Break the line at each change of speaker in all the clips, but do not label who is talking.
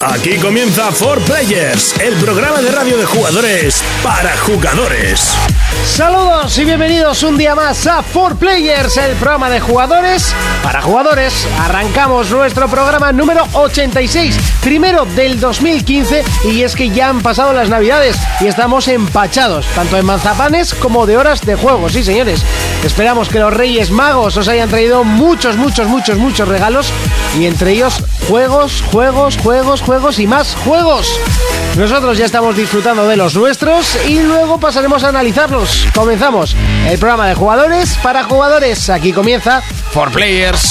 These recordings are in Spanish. Aquí comienza For Players, el programa de radio de jugadores para jugadores.
Saludos y bienvenidos un día más a 4Players, el programa de jugadores para jugadores. Arrancamos nuestro programa número 86, primero del 2015, y es que ya han pasado las navidades y estamos empachados, tanto en manzapanes como de horas de juego, sí señores. Esperamos que los Reyes Magos os hayan traído muchos, muchos, muchos, muchos regalos, y entre ellos juegos, juegos, juegos, juegos y más juegos. Nosotros ya estamos disfrutando de los nuestros y luego pasaremos a analizarlos. Comenzamos el programa de jugadores para jugadores. Aquí comienza
For Players.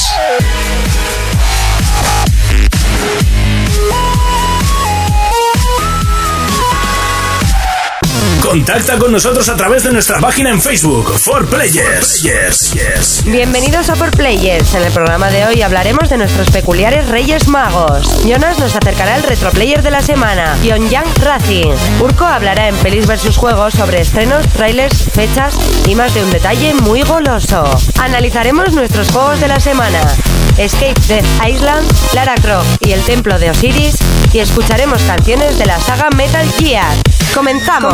Contacta con nosotros a través de nuestra página en Facebook, For Players. Players.
Bienvenidos a Por Players. En el programa de hoy hablaremos de nuestros peculiares Reyes Magos. Jonas nos acercará el retroplayer de la semana, Pyongyang Racing. Urco hablará en Pelis versus Juegos sobre estrenos, trailers, fechas y más de un detalle muy goloso. Analizaremos nuestros juegos de la semana, Escape Death Island, Lara Croft y el Templo de Osiris, y escucharemos canciones de la saga Metal Gear. Comenzamos.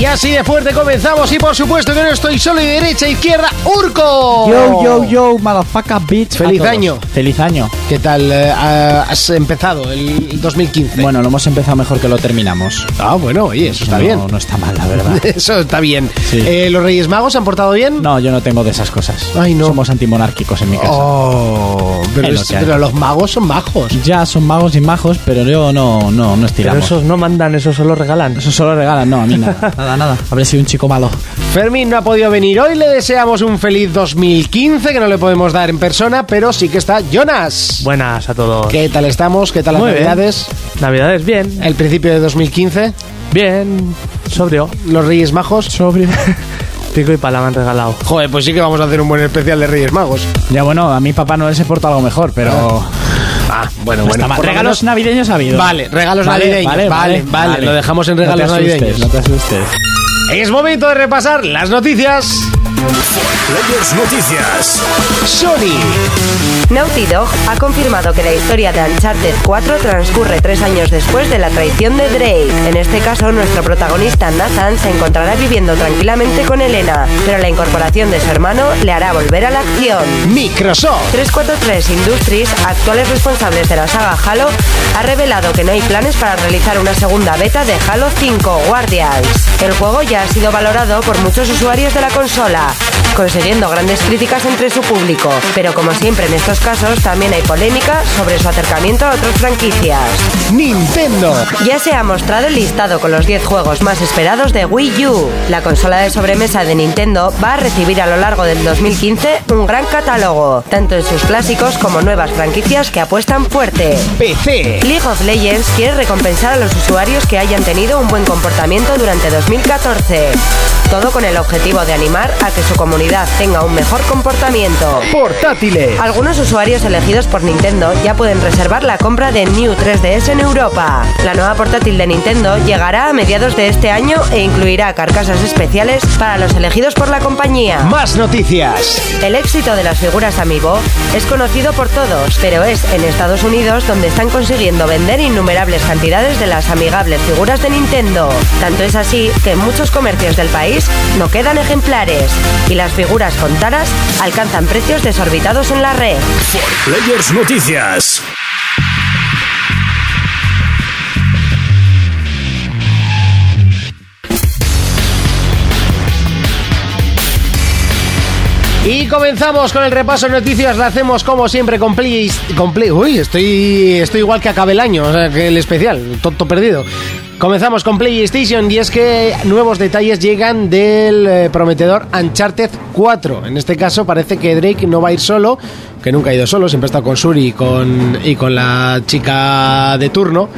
Y así de fuerte comenzamos y por supuesto que no estoy solo y derecha, e izquierda, Urco.
Yo, yo, yo, motherfucker bitch.
Oh. Feliz
a todos.
año.
Feliz año.
¿Qué tal eh, ah, has empezado el 2015?
Bueno, lo hemos empezado mejor que lo terminamos.
Ah, bueno, oye, eso está
no,
bien.
No está mal, la verdad.
Eso está bien.
Sí.
Eh, ¿Los Reyes Magos se han portado bien?
No, yo no tengo de esas cosas.
Ay, no.
Somos antimonárquicos en mi casa.
Oh, pero,
Es lo
es-
que hay.
pero los magos son majos.
Ya son magos y majos, pero yo no, no, no
Pero
estiramos.
esos no mandan, esos solo regalan.
Eso solo regalan, no, a mí nada. Nada, nada. Habré sido un chico malo.
Fermín no ha podido venir hoy, le deseamos un feliz 2015 que no le podemos dar en persona, pero sí que está Jonas.
Buenas a todos.
¿Qué Eh. tal estamos? ¿Qué tal las
Muy bien.
navidades?
Navidades, bien,
El principio de 2015,
bien, sobrio.
los Reyes Magos.
Sobrio. Pico y pala me han regalado.
Joder, pues sí que vamos a hacer un buen especial de Reyes Magos.
Ya bueno, a mi papá Noel se porta algo mejor, pero.
Ah, bueno,
No está mal.
por lo menos-
Regalos navideños ha habido.
Vale, regalos navideños. Vale, vale, lo dejamos en
No te
regalos
asustes,
navideños.
No te asustes.
Es momento de repasar las noticias.
Players Noticias.
Sony.
Naughty Dog ha confirmado que la historia de Uncharted 4 transcurre tres años después de la traición de Drake. En este caso, nuestro protagonista Nathan se encontrará viviendo tranquilamente con Elena, pero la incorporación de su hermano le hará volver a la acción.
Microsoft.
343 Industries, actuales responsables de la saga Halo, ha revelado que no hay planes para realizar una segunda beta de Halo 5 Guardians. El juego ya ha sido valorado por muchos usuarios de la consola, consiguiendo grandes críticas entre su público, pero como siempre en estos casos también hay polémica sobre su acercamiento a otras franquicias.
Nintendo.
Ya se ha mostrado el listado con los 10 juegos más esperados de Wii U. La consola de sobremesa de Nintendo va a recibir a lo largo del 2015 un gran catálogo, tanto en sus clásicos como nuevas franquicias que apuestan fuerte.
PC.
League of Legends quiere recompensar a los usuarios que hayan tenido un buen comportamiento durante 2014. Todo con el objetivo de animar a que su comunidad tenga un mejor comportamiento.
Portátiles.
Algunos usuarios elegidos por Nintendo ya pueden reservar la compra de New 3DS en Europa. La nueva portátil de Nintendo llegará a mediados de este año e incluirá carcasas especiales para los elegidos por la compañía.
Más noticias.
El éxito de las figuras Amiibo es conocido por todos, pero es en Estados Unidos donde están consiguiendo vender innumerables cantidades de las amigables figuras de Nintendo. Tanto es así que en muchos comercios del país no quedan ejemplares y las figuras con taras alcanzan precios desorbitados en la red.
Players Noticias.
Y comenzamos con el repaso de noticias. Lo hacemos como siempre con Please. Con Play- Uy, estoy, estoy igual que acabe el año, o sea, que el especial, tonto perdido. Comenzamos con PlayStation y es que nuevos detalles llegan del eh, prometedor Uncharted 4. En este caso parece que Drake no va a ir solo, que nunca ha ido solo, siempre ha estado con Suri y con, y con la chica de turno.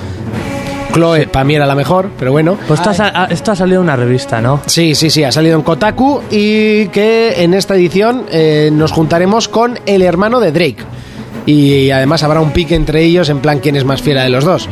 Chloe, para mí era la mejor, pero bueno.
Pues esto ha, sa- ha- esto ha salido en una revista, ¿no?
Sí, sí, sí, ha salido en Kotaku y que en esta edición eh, nos juntaremos con el hermano de Drake. Y además habrá un pique entre ellos en plan quién es más fiera de los dos.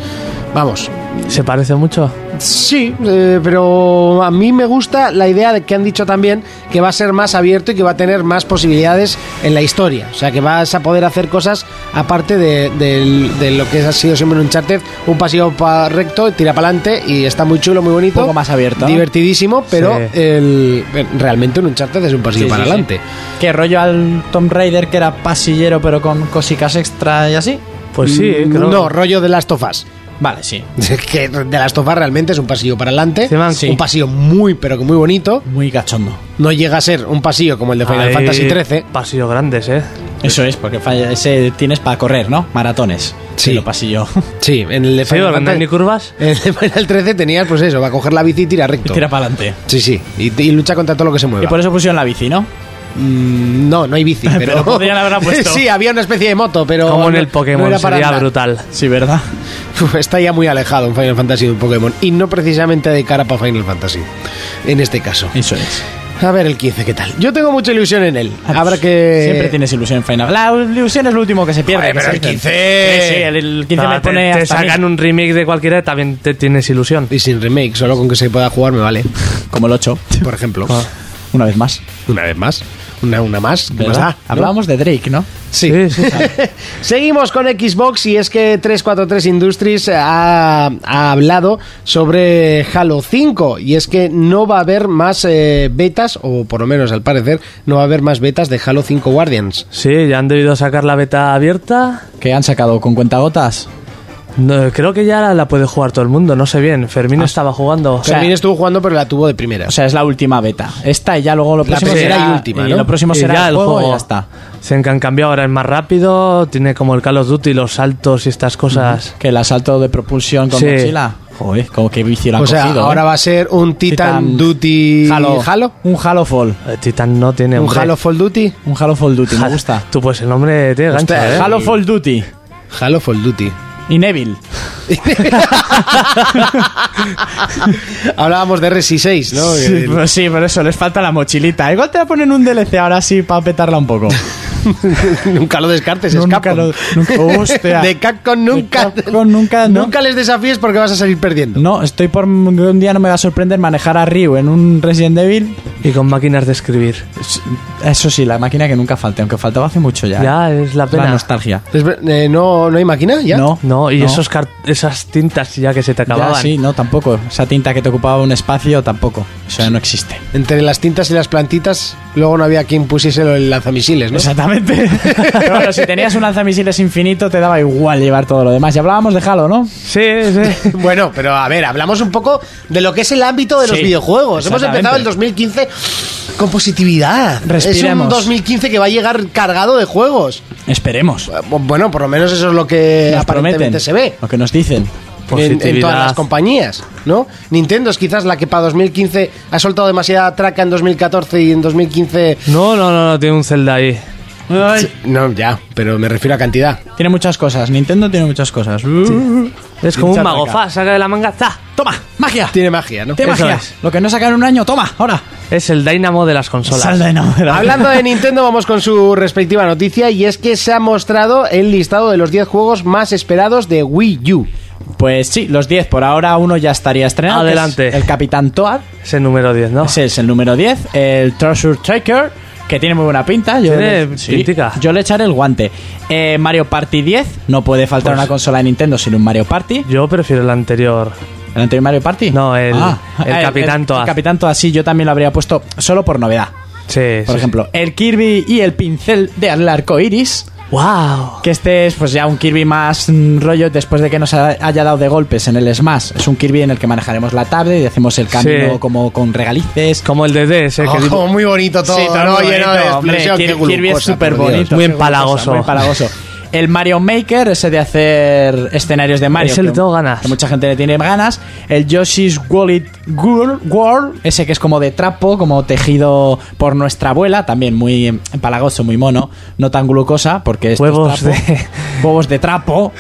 Vamos,
¿Se parece mucho?
Sí, eh, pero a mí me gusta la idea de que han dicho también que va a ser más abierto y que va a tener más posibilidades en la historia. O sea, que vas a poder hacer cosas aparte de, del- de lo que ha sido siempre un charter, un paseo pa- recto, tira para adelante y está muy chulo, muy bonito.
Un poco más abierto, ¿no?
Divertidísimo, pero
Sí.
el, eh, realmente un Uncharted es un pasillo
Sí,
para
sí,
adelante.
sí. Que rollo al Tomb Raider que era pasillero pero con cositas extra y así.
Pues sí,
Mm,
creo.
No, rollo de las tofas.
Vale, sí.
que de las tofas realmente es un pasillo para adelante.
Se van-
Un pasillo muy, pero que muy bonito.
Muy cachondo.
No llega a ser un pasillo como el de Final
Hay
Fantasy XIII.
Pasillos grandes, ¿eh?
Eso es, porque falla- ese tienes para correr, ¿no? Maratones.
Sí.
Y Lo pasillo.
Sí, en el de
Sí,
Final
donde no hay
Fantasy.
ni curvas.
En el de Final 13 tenías, pues eso, va a coger la bici y tira
y
recto.
tira para adelante.
Sí, sí, y, y lucha contra todo lo que se mueva.
Y por eso pusieron la bici, ¿no?
Mm, no, no hay bici, pero.
Pero podrían haberla puesto.
sí, había una especie de moto, pero.
Como en
no-
el Pokémon,
no era para
sería
andar.
brutal.
Sí, ¿verdad?
Uf, Está ya muy alejado en Final Fantasy de un Pokémon. Y no precisamente de cara para Final Fantasy. En este caso.
Eso es.
A ver el 15, ¿qué tal? Yo tengo mucha ilusión en él.
Ah,
Habrá
pues,
que.
Siempre tienes ilusión en Final. La ilusión es lo último que se pierde.
Joder,
que
pero
se
el
dicen.
15.
Sí, sí, el, el 15
Ah,
me
te,
pone
te
hasta
sacan
mil.
un remake de cualquiera, también te tienes ilusión.
Y sin remake, solo con que se pueda jugar me vale.
Como el 8.
Por ejemplo.
Una vez más.
Una vez más. Una, una más. ¿Qué más
¿verdad?
da?
Hablábamos de Drake, ¿no?
Sí.
Sí, sí,
Seguimos con Xbox y es que 343 Industries ha, ha hablado sobre Halo 5 y es que no va a haber más eh, betas, o por lo menos al parecer, no va a haber más betas de Halo 5 Guardians.
Sí, ya han debido sacar la beta abierta.
Que han sacado con cuentagotas.
No, creo que ya la puede jugar todo el mundo, no sé bien. Fermín
Ah,
estaba jugando.
sea,
Fermín estuvo jugando pero la tuvo de primera.
O sea, es la última beta. Esta y ya luego lo
La
próximo
primera
será
y última,
y
¿no?
lo próximo
Y
será
ya
el juego, y ya está.
Se han cambiado, ahora es más rápido. Tiene como el Call of Duty, los saltos y estas cosas.
Que el asalto de propulsión con
Sí.
mochila. Joder, como que vicio lo han
O sea,
cogido, ¿eh?
ahora va a ser un Titan,
Titan
Duty
Halo.
Halo.
Un Halo Fall.
Eh, Titan no tiene
Un
hombre.
Halo Fall Duty.
Un Halo Fall Duty, me gusta.
Tú, pues el nombre tiene gancho,
Hostia,
¿eh?
Halo Fall Duty.
Halo Fall Duty.
Y Neville.
Hablábamos de Resi 6, ¿no? Eh,
Sí, pero, sí, pero eso, les falta la mochilita. Igual te la ponen un DLC ahora sí para petarla un poco.
nunca lo descartes, es
Nunca
Capcom.
lo- nunca- hostia.
De Capcom nunca.
De Capcom nunca, no.
nunca les desafíes porque vas a salir perdiendo.
No, estoy por... Un día no me va a sorprender manejar a Ryu en un Resident Evil.
Y con máquinas de escribir.
Eso sí, la máquina que nunca falte, aunque faltaba hace mucho ya. ¿eh?
Ya, es la
la
pena.
nostalgia.
Es ver- eh, no, no hay máquina ya.
No,
no, y esos car- esas tintas ya que se te
Ya,
acababan.
sí, no, tampoco. Esa tinta que te ocupaba un espacio, tampoco. Eso ya no existe.
Entre las tintas y las plantitas, luego no había quien pusiese el lanzamisiles, ¿no?
Exactamente. Pero bueno, si tenías un lanzamisiles infinito, te daba igual llevar todo lo demás. Y hablábamos de Halo, ¿no?
Sí, sí.
Bueno, pero a ver, hablamos un poco de lo que es el ámbito de los
Sí,
videojuegos. Hemos
exactamente.
empezado el 2015 con positividad. Es un
Respiremos.
2015 que va a llegar cargado de juegos. Eh,
Esperemos.
Bueno, por lo menos eso es lo que
Nos
aparentemente
prometen.
se ve.
Lo que nos
en-
dicen.
en, todas
Positividad.
las compañías, ¿no? Nintendo es quizás la que para 2015 ha soltado demasiada traca en 2014 y en 2015...
No, no, no, no, tiene un Zelda ahí.
No, ya, pero me refiero a cantidad.
Tiene muchas cosas. Nintendo tiene muchas cosas.
Es como
Pincha
un mago,
ataca.
fa, saca de la manga, ¡za!
Toma, magia.
Tiene magia, ¿no?
Tiene
Eso
magia.
es.
Lo que no sacaron en un año, toma, ahora.
Es el Dynamo de las consolas.
Salda enamorada.
Hablando de Nintendo, vamos con su respectiva noticia y es que se ha mostrado el listado de los 10 juegos más esperados de Wii U.
Pues sí, los 10. Por ahora uno ya estaría estrenado. que es
Adelante.
El Capitán Toad.
Ese número 10, ¿no?
Ese es el número 10. El Treasure Tracker, que tiene muy buena pinta. Yo le,
Tiene pintica.
yo le echaré el guante. Eh, Mario Party 10. No puede faltar
Pues-
una consola de Nintendo sin un Mario Party.
Yo prefiero el anterior.
¿El anterior Mario Party? Ah,
No, el- el Capitán
el-
Toad.
El Capitán Toad, sí, yo también lo habría puesto solo por novedad.
Sí,
Por ejemplo, el Kirby y el pincel del arco iris.
¡Wow!
Que este es pues ya un Kirby más mm, rollo después de que nos ha- haya dado de golpes en el Smash. Es un Kirby en el que manejaremos la tablet y hacemos el camino
Sí.
como con regalices.
Como el de DS, que digo-
muy bonito todo,
todo muy bonito, hombre. Kirby, Kirby es súper bonito.
Muy
qué
empalagoso.
glucosa, Muy empalagoso. El Mario Maker, ese de hacer escenarios de Mario.
Ese le
que-
tengo ganas.
que mucha gente le tiene ganas. El Yoshi's Wallet Girl- World, ese que es como de trapo, como tejido por nuestra abuela, también muy em- empalagoso, muy mono. No tan glucosa, porque esto es
Huevos
trapo.
de-
Huevos de trapo.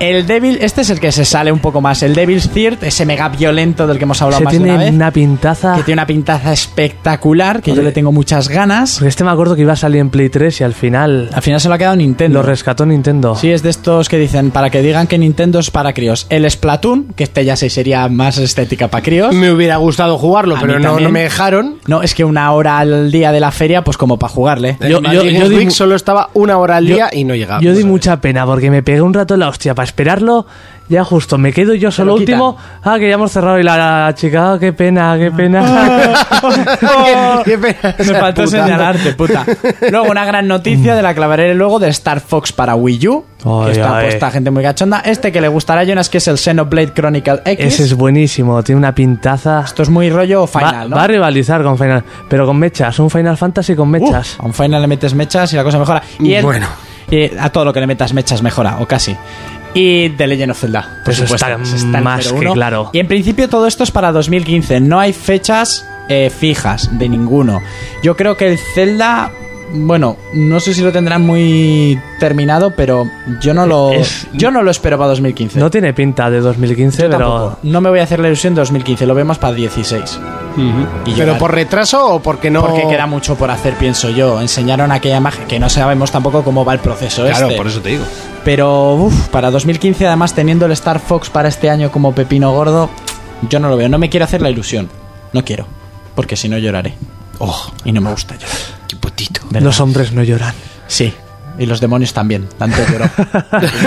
El Devil, este es el que se sale un poco más. El Devil's Third, ese mega violento del que hemos hablado
Se
más de
tiene
una
una,
vez.
pintaza.
Que tiene una pintaza espectacular, que yo
Ah. Oye.
le tengo muchas ganas.
Porque este me acuerdo que iba a salir en Play 3 y al final
Al final se lo ha quedado Nintendo.
lo rescató Nintendo.
Sí, es de estos que dicen, para que digan que Nintendo es para críos. El Splatoon, que este ya sí sería más estética para críos.
Me hubiera gustado jugarlo,
A
pero
mí
no, no
también.
me dejaron.
No, es que una hora al día de la feria, pues como para jugarle.
El
Yo- yo-
Magic
yo di
Week
mu-
solo estaba una hora al día y no llegaba.
Yo di
Pues,
mucha pena porque me pegué un rato en la hostia para esperarlo. Ya justo, me quedo yo solo
lo quitan.
último. Ah, que ya hemos cerrado y la, la chica, ah, qué pena, qué pena.
qué pena.
Oh, Me faltó
Puta.
señalarte, puta. Luego, una gran noticia de la clavaré luego de Star Fox para Wii U.
Ay,
que está
ay.
puesta gente muy cachonda. Este que le gustará a Jonas, que es el Xenoblade Chronicle X.
Ese es buenísimo, tiene una pintaza.
Esto es muy rollo
Va-
final, ¿no?
va a rivalizar con Final, pero con mechas, un Final Fantasy con
Uh,
mechas.
a un final le metes mechas y la cosa mejora. Y el-
Bueno.
y a todo lo que le metas mechas mejora, o casi. Y The Legend of Zelda, por
Eso
supuesto.
está
Ese el
más
número
que
uno.
claro.
Y en principio todo esto es para 2015. No hay fechas eh, fijas de ninguno. Yo creo que el Zelda. Bueno, no sé si lo tendrán muy terminado, pero yo no lo,
Eh, Es-
yo no lo espero para 2015.
No tiene pinta de 2015,
Yo
pero
tampoco. No me voy a hacer la ilusión 2015, lo vemos para 16. Y
¿Pero
llorar.
por retraso o porque no...?
Porque queda mucho por hacer, pienso yo. Enseñaron aquella imagen que no sabemos tampoco cómo va el proceso
Claro,
este.
por eso te digo.
Pero uf, para 2015, además teniendo el Star Fox para este año como pepino gordo, yo no lo veo. No me quiero hacer la ilusión. No quiero. Porque si no lloraré.
Oh,
Y no me gusta llorar.
qué potito.
los hombres no lloran.
Sí. Y los demonios también. Tanto lloró.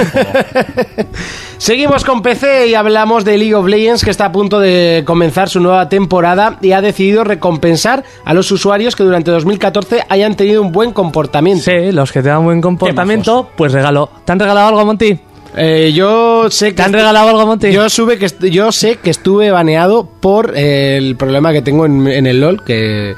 Seguimos con PC y hablamos de League of Legends que está a punto de comenzar su nueva temporada y ha decidido recompensar a los usuarios que durante 2014 hayan tenido un buen comportamiento.
Sí, los que tengan buen comportamiento, pues regalo. ¿Te han regalado algo, Monty?
Eh, yo sé que
¿Te han regalado algo, Monty?
yo sube que est- yo sé que estuve baneado por eh, el problema que tengo en, en el LOL que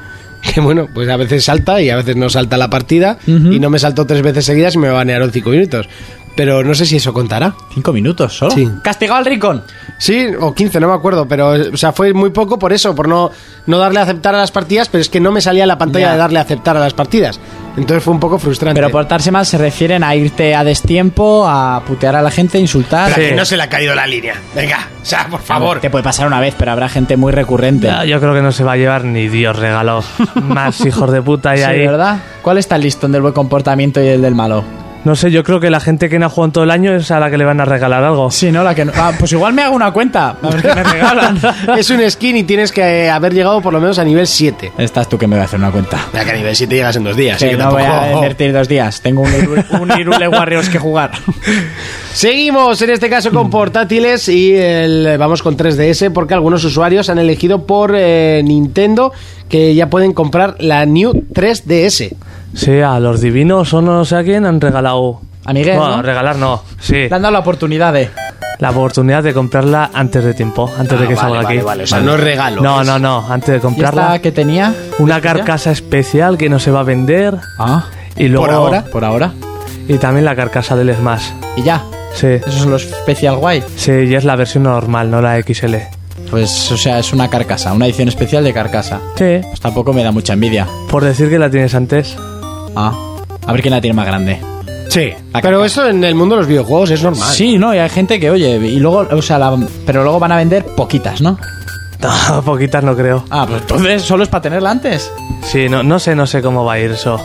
que bueno, pues a veces salta y a veces no salta la partida y no me saltó tres veces seguidas y me banearon cinco minutos. Pero no sé si eso contará.
Cinco minutos solo.
Sí.
Castigado al Ricón.
Sí, o 15, no me acuerdo, pero o sea, fue muy poco por eso, por no, no darle a aceptar a las partidas, pero es que no me salía la pantalla
Ya.
de darle a aceptar a las partidas. Entonces fue un poco frustrante.
Pero portarse mal se refieren a irte a destiempo, a putear a la gente, insultar.
Pero
Sí.
aquí no se le ha caído la línea. Venga, o sea, por favor.
Te puede pasar una vez, pero habrá gente muy recurrente.
Ya, yo creo que no se va a llevar ni Dios regalo. Más hijos de puta y
Sí,
ahí.
¿verdad? ¿Cuál está el listón del buen comportamiento y el del malo?
No sé, yo creo que la gente que no ha jugado en todo el año es a la que le van a regalar algo.
Sí, ¿no? La que no- Ah, pues igual me hago una cuenta. A ver qué me regalan.
es un skin y tienes que eh, haber llegado por lo menos a nivel 7.
Estás tú que me voy a hacer una cuenta.
Venga, que a nivel 7 llegas en dos días. así
Que
que
no voy a
tampoco-
invertir dos días. Tengo un, Irule- un Irule Warriors que jugar.
Seguimos en este caso con portátiles y el- vamos con 3DS porque algunos usuarios han elegido por eh, Nintendo que ya pueden comprar la New 3DS.
Sí, a los divinos o no sé a quién han regalado.
A Miguel,
Bueno,
¿no?
regalar no. Sí,
Le han dado la oportunidad de.
la oportunidad de comprarla antes de tiempo, antes
Ah,
de que salga
Ah, vale,
aquí.
vale, vale, o sea, no es regalo,
No,
es-
no, no, antes de
¿Y esta
comprarla.
que tenía?
Una carcasa especial que no se va a vender.
Ah,
Y luego,
¿Por ahora?
por ahora.
Y también la carcasa del Smash.
Y ya.
Sí,
Esos son los Special Guay.
sí, y es la versión normal, no la XL.
Pues, o sea, es una carcasa. Una edición especial de carcasa.
Sí,
Pues tampoco me da mucha envidia.
por decir que la tienes antes.
Ah. A ver quién la tiene más grande.
Sí,
La
pero
caca.
eso en el mundo de los videojuegos es normal.
Sí, no, y hay gente que, oye, y luego, o sea, la- pero luego van a vender poquitas, ¿no?
No, poquitas no creo.
Ah, pues entonces solo es para tenerla antes.
Sí, no, no sé, no sé cómo va a ir eso.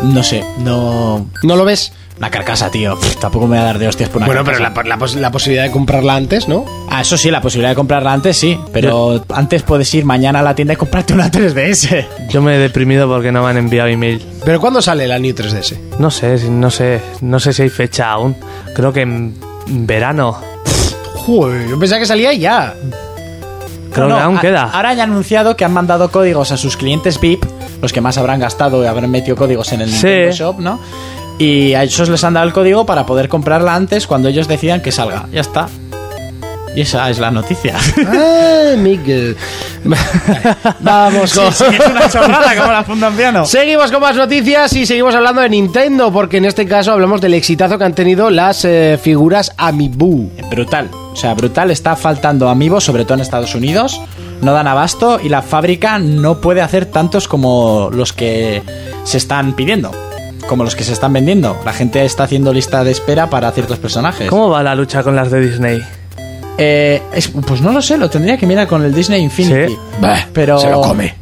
No sé, no.
¿No lo ves?
La carcasa, tío. Pff, tampoco me voy a dar de hostias por una
Bueno, pero
carcasa.
la, la pos- la posibilidad de comprarla antes, ¿no?
Ah, eso sí, la posibilidad de comprarla antes sí. Pero antes puedes ir mañana a la tienda y comprarte una 3DS.
Yo me he deprimido porque no me han enviado email.
¿Pero cuándo sale la New 3DS?
No sé, si- no sé, no sé si hay fecha aún. Creo que en verano.
Joder, yo pensaba que salía ya.
Creo
No,
que aún
a-
queda.
Ahora ya han anunciado que han mandado códigos a sus clientes VIP, los que más habrán gastado y habrán metido códigos en el
Sí.
Nintendo Shop, ¿no? Y a ellos les han dado el código para poder comprarla antes cuando ellos decidan que salga. Ya está. Y esa es la noticia.
Ah, Miguel. Vamos con...
es una chorrada como la funda un piano.
Seguimos con más noticias y seguimos hablando de Nintendo, porque en este caso hablamos del exitazo que han tenido las eh, figuras Amiibo.
eh, Brutal. O sea, brutal. Está faltando amiibo, sobre todo en Estados Unidos. No dan abasto y la fábrica no puede hacer tantos como los que se están pidiendo. como los que se están vendiendo. La gente está haciendo lista de espera para ciertos personajes.
¿Cómo va la lucha con las de Disney?
Eh, es- pues no lo sé, lo tendría que mirar con el Disney Infinity.
Sí.
Bah,
Pero-
Se lo come.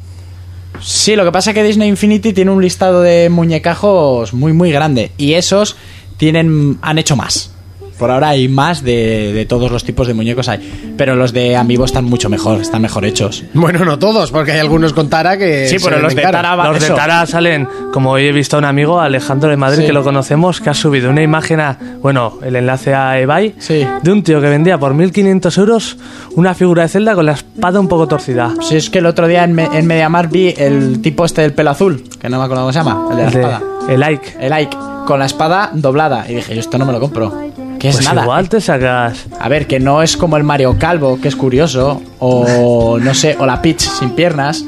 Sí, lo que pasa es que Disney Infinity tiene un listado de muñecajos muy muy grande y esos tienen han hecho más. Por ahora hay más de, de todos los tipos de muñecos hay, pero los de Amiibo están mucho mejor, están mejor hechos.
Bueno, no todos, porque hay algunos con Tara que.
Sí,
se
pero los
venden
de
caros.
Tara va-
Los de
eso.
Tara salen, como hoy he visto a un amigo, Alejandro de Madrid,
Sí.
que lo conocemos, que ha subido una imagen a, bueno, el enlace a eBay,
Sí.
de un tío que vendía por 1.500 euros una figura de Zelda con la espada un poco torcida.
Si es que el otro día en, Me- en Mediamar vi el tipo este del pelo azul, que no me acuerdo cómo se llama, el de la
El de-
espada.
el Ike.
El Ike, con la espada doblada. Y dije, yo esto no me lo compro. Que es
Pues
nada. ¿eh?
igual te sacas.
A ver, que no es como el Mario Calvo, que es curioso, o no sé, o la Peach sin piernas,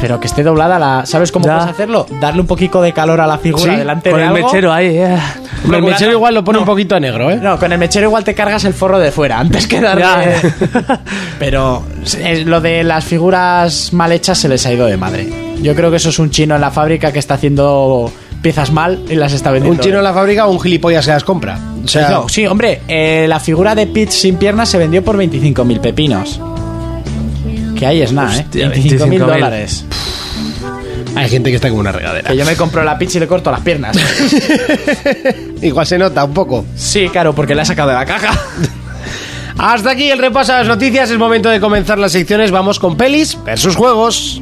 pero que esté doblada la... ¿Sabes cómo
Ya.
puedes hacerlo? Darle un poquito de calor a la figura
Sí,
delante
Con
de
el
algo.
mechero ahí. eh.
Hombre, el
No,
mechero
no,
igual lo pone un poquito a negro, ¿eh?
No, con el mechero igual te cargas el forro de fuera antes que darle...
Ya.
pero eh, lo de las figuras mal hechas se les ha ido de madre. Yo creo que eso es un chino en la fábrica que está haciendo piezas mal y las está vendiendo.
Un chino en la fábrica o un gilipollas se las compra. O sea,
No, sí, hombre, eh, la figura de Peach sin piernas se vendió por 25.000 pepinos. Que ahí es nada, ¿eh?
Hostia,
25.000
25.000.
dólares.
hay gente que está como una regadera.
Que yo me compro la Peach y le corto las piernas.
Igual se nota un poco.
Sí, claro, porque la he sacado de la caja.
Hasta aquí el repaso a las noticias. Es momento de comenzar las secciones. Vamos con pelis versus juegos.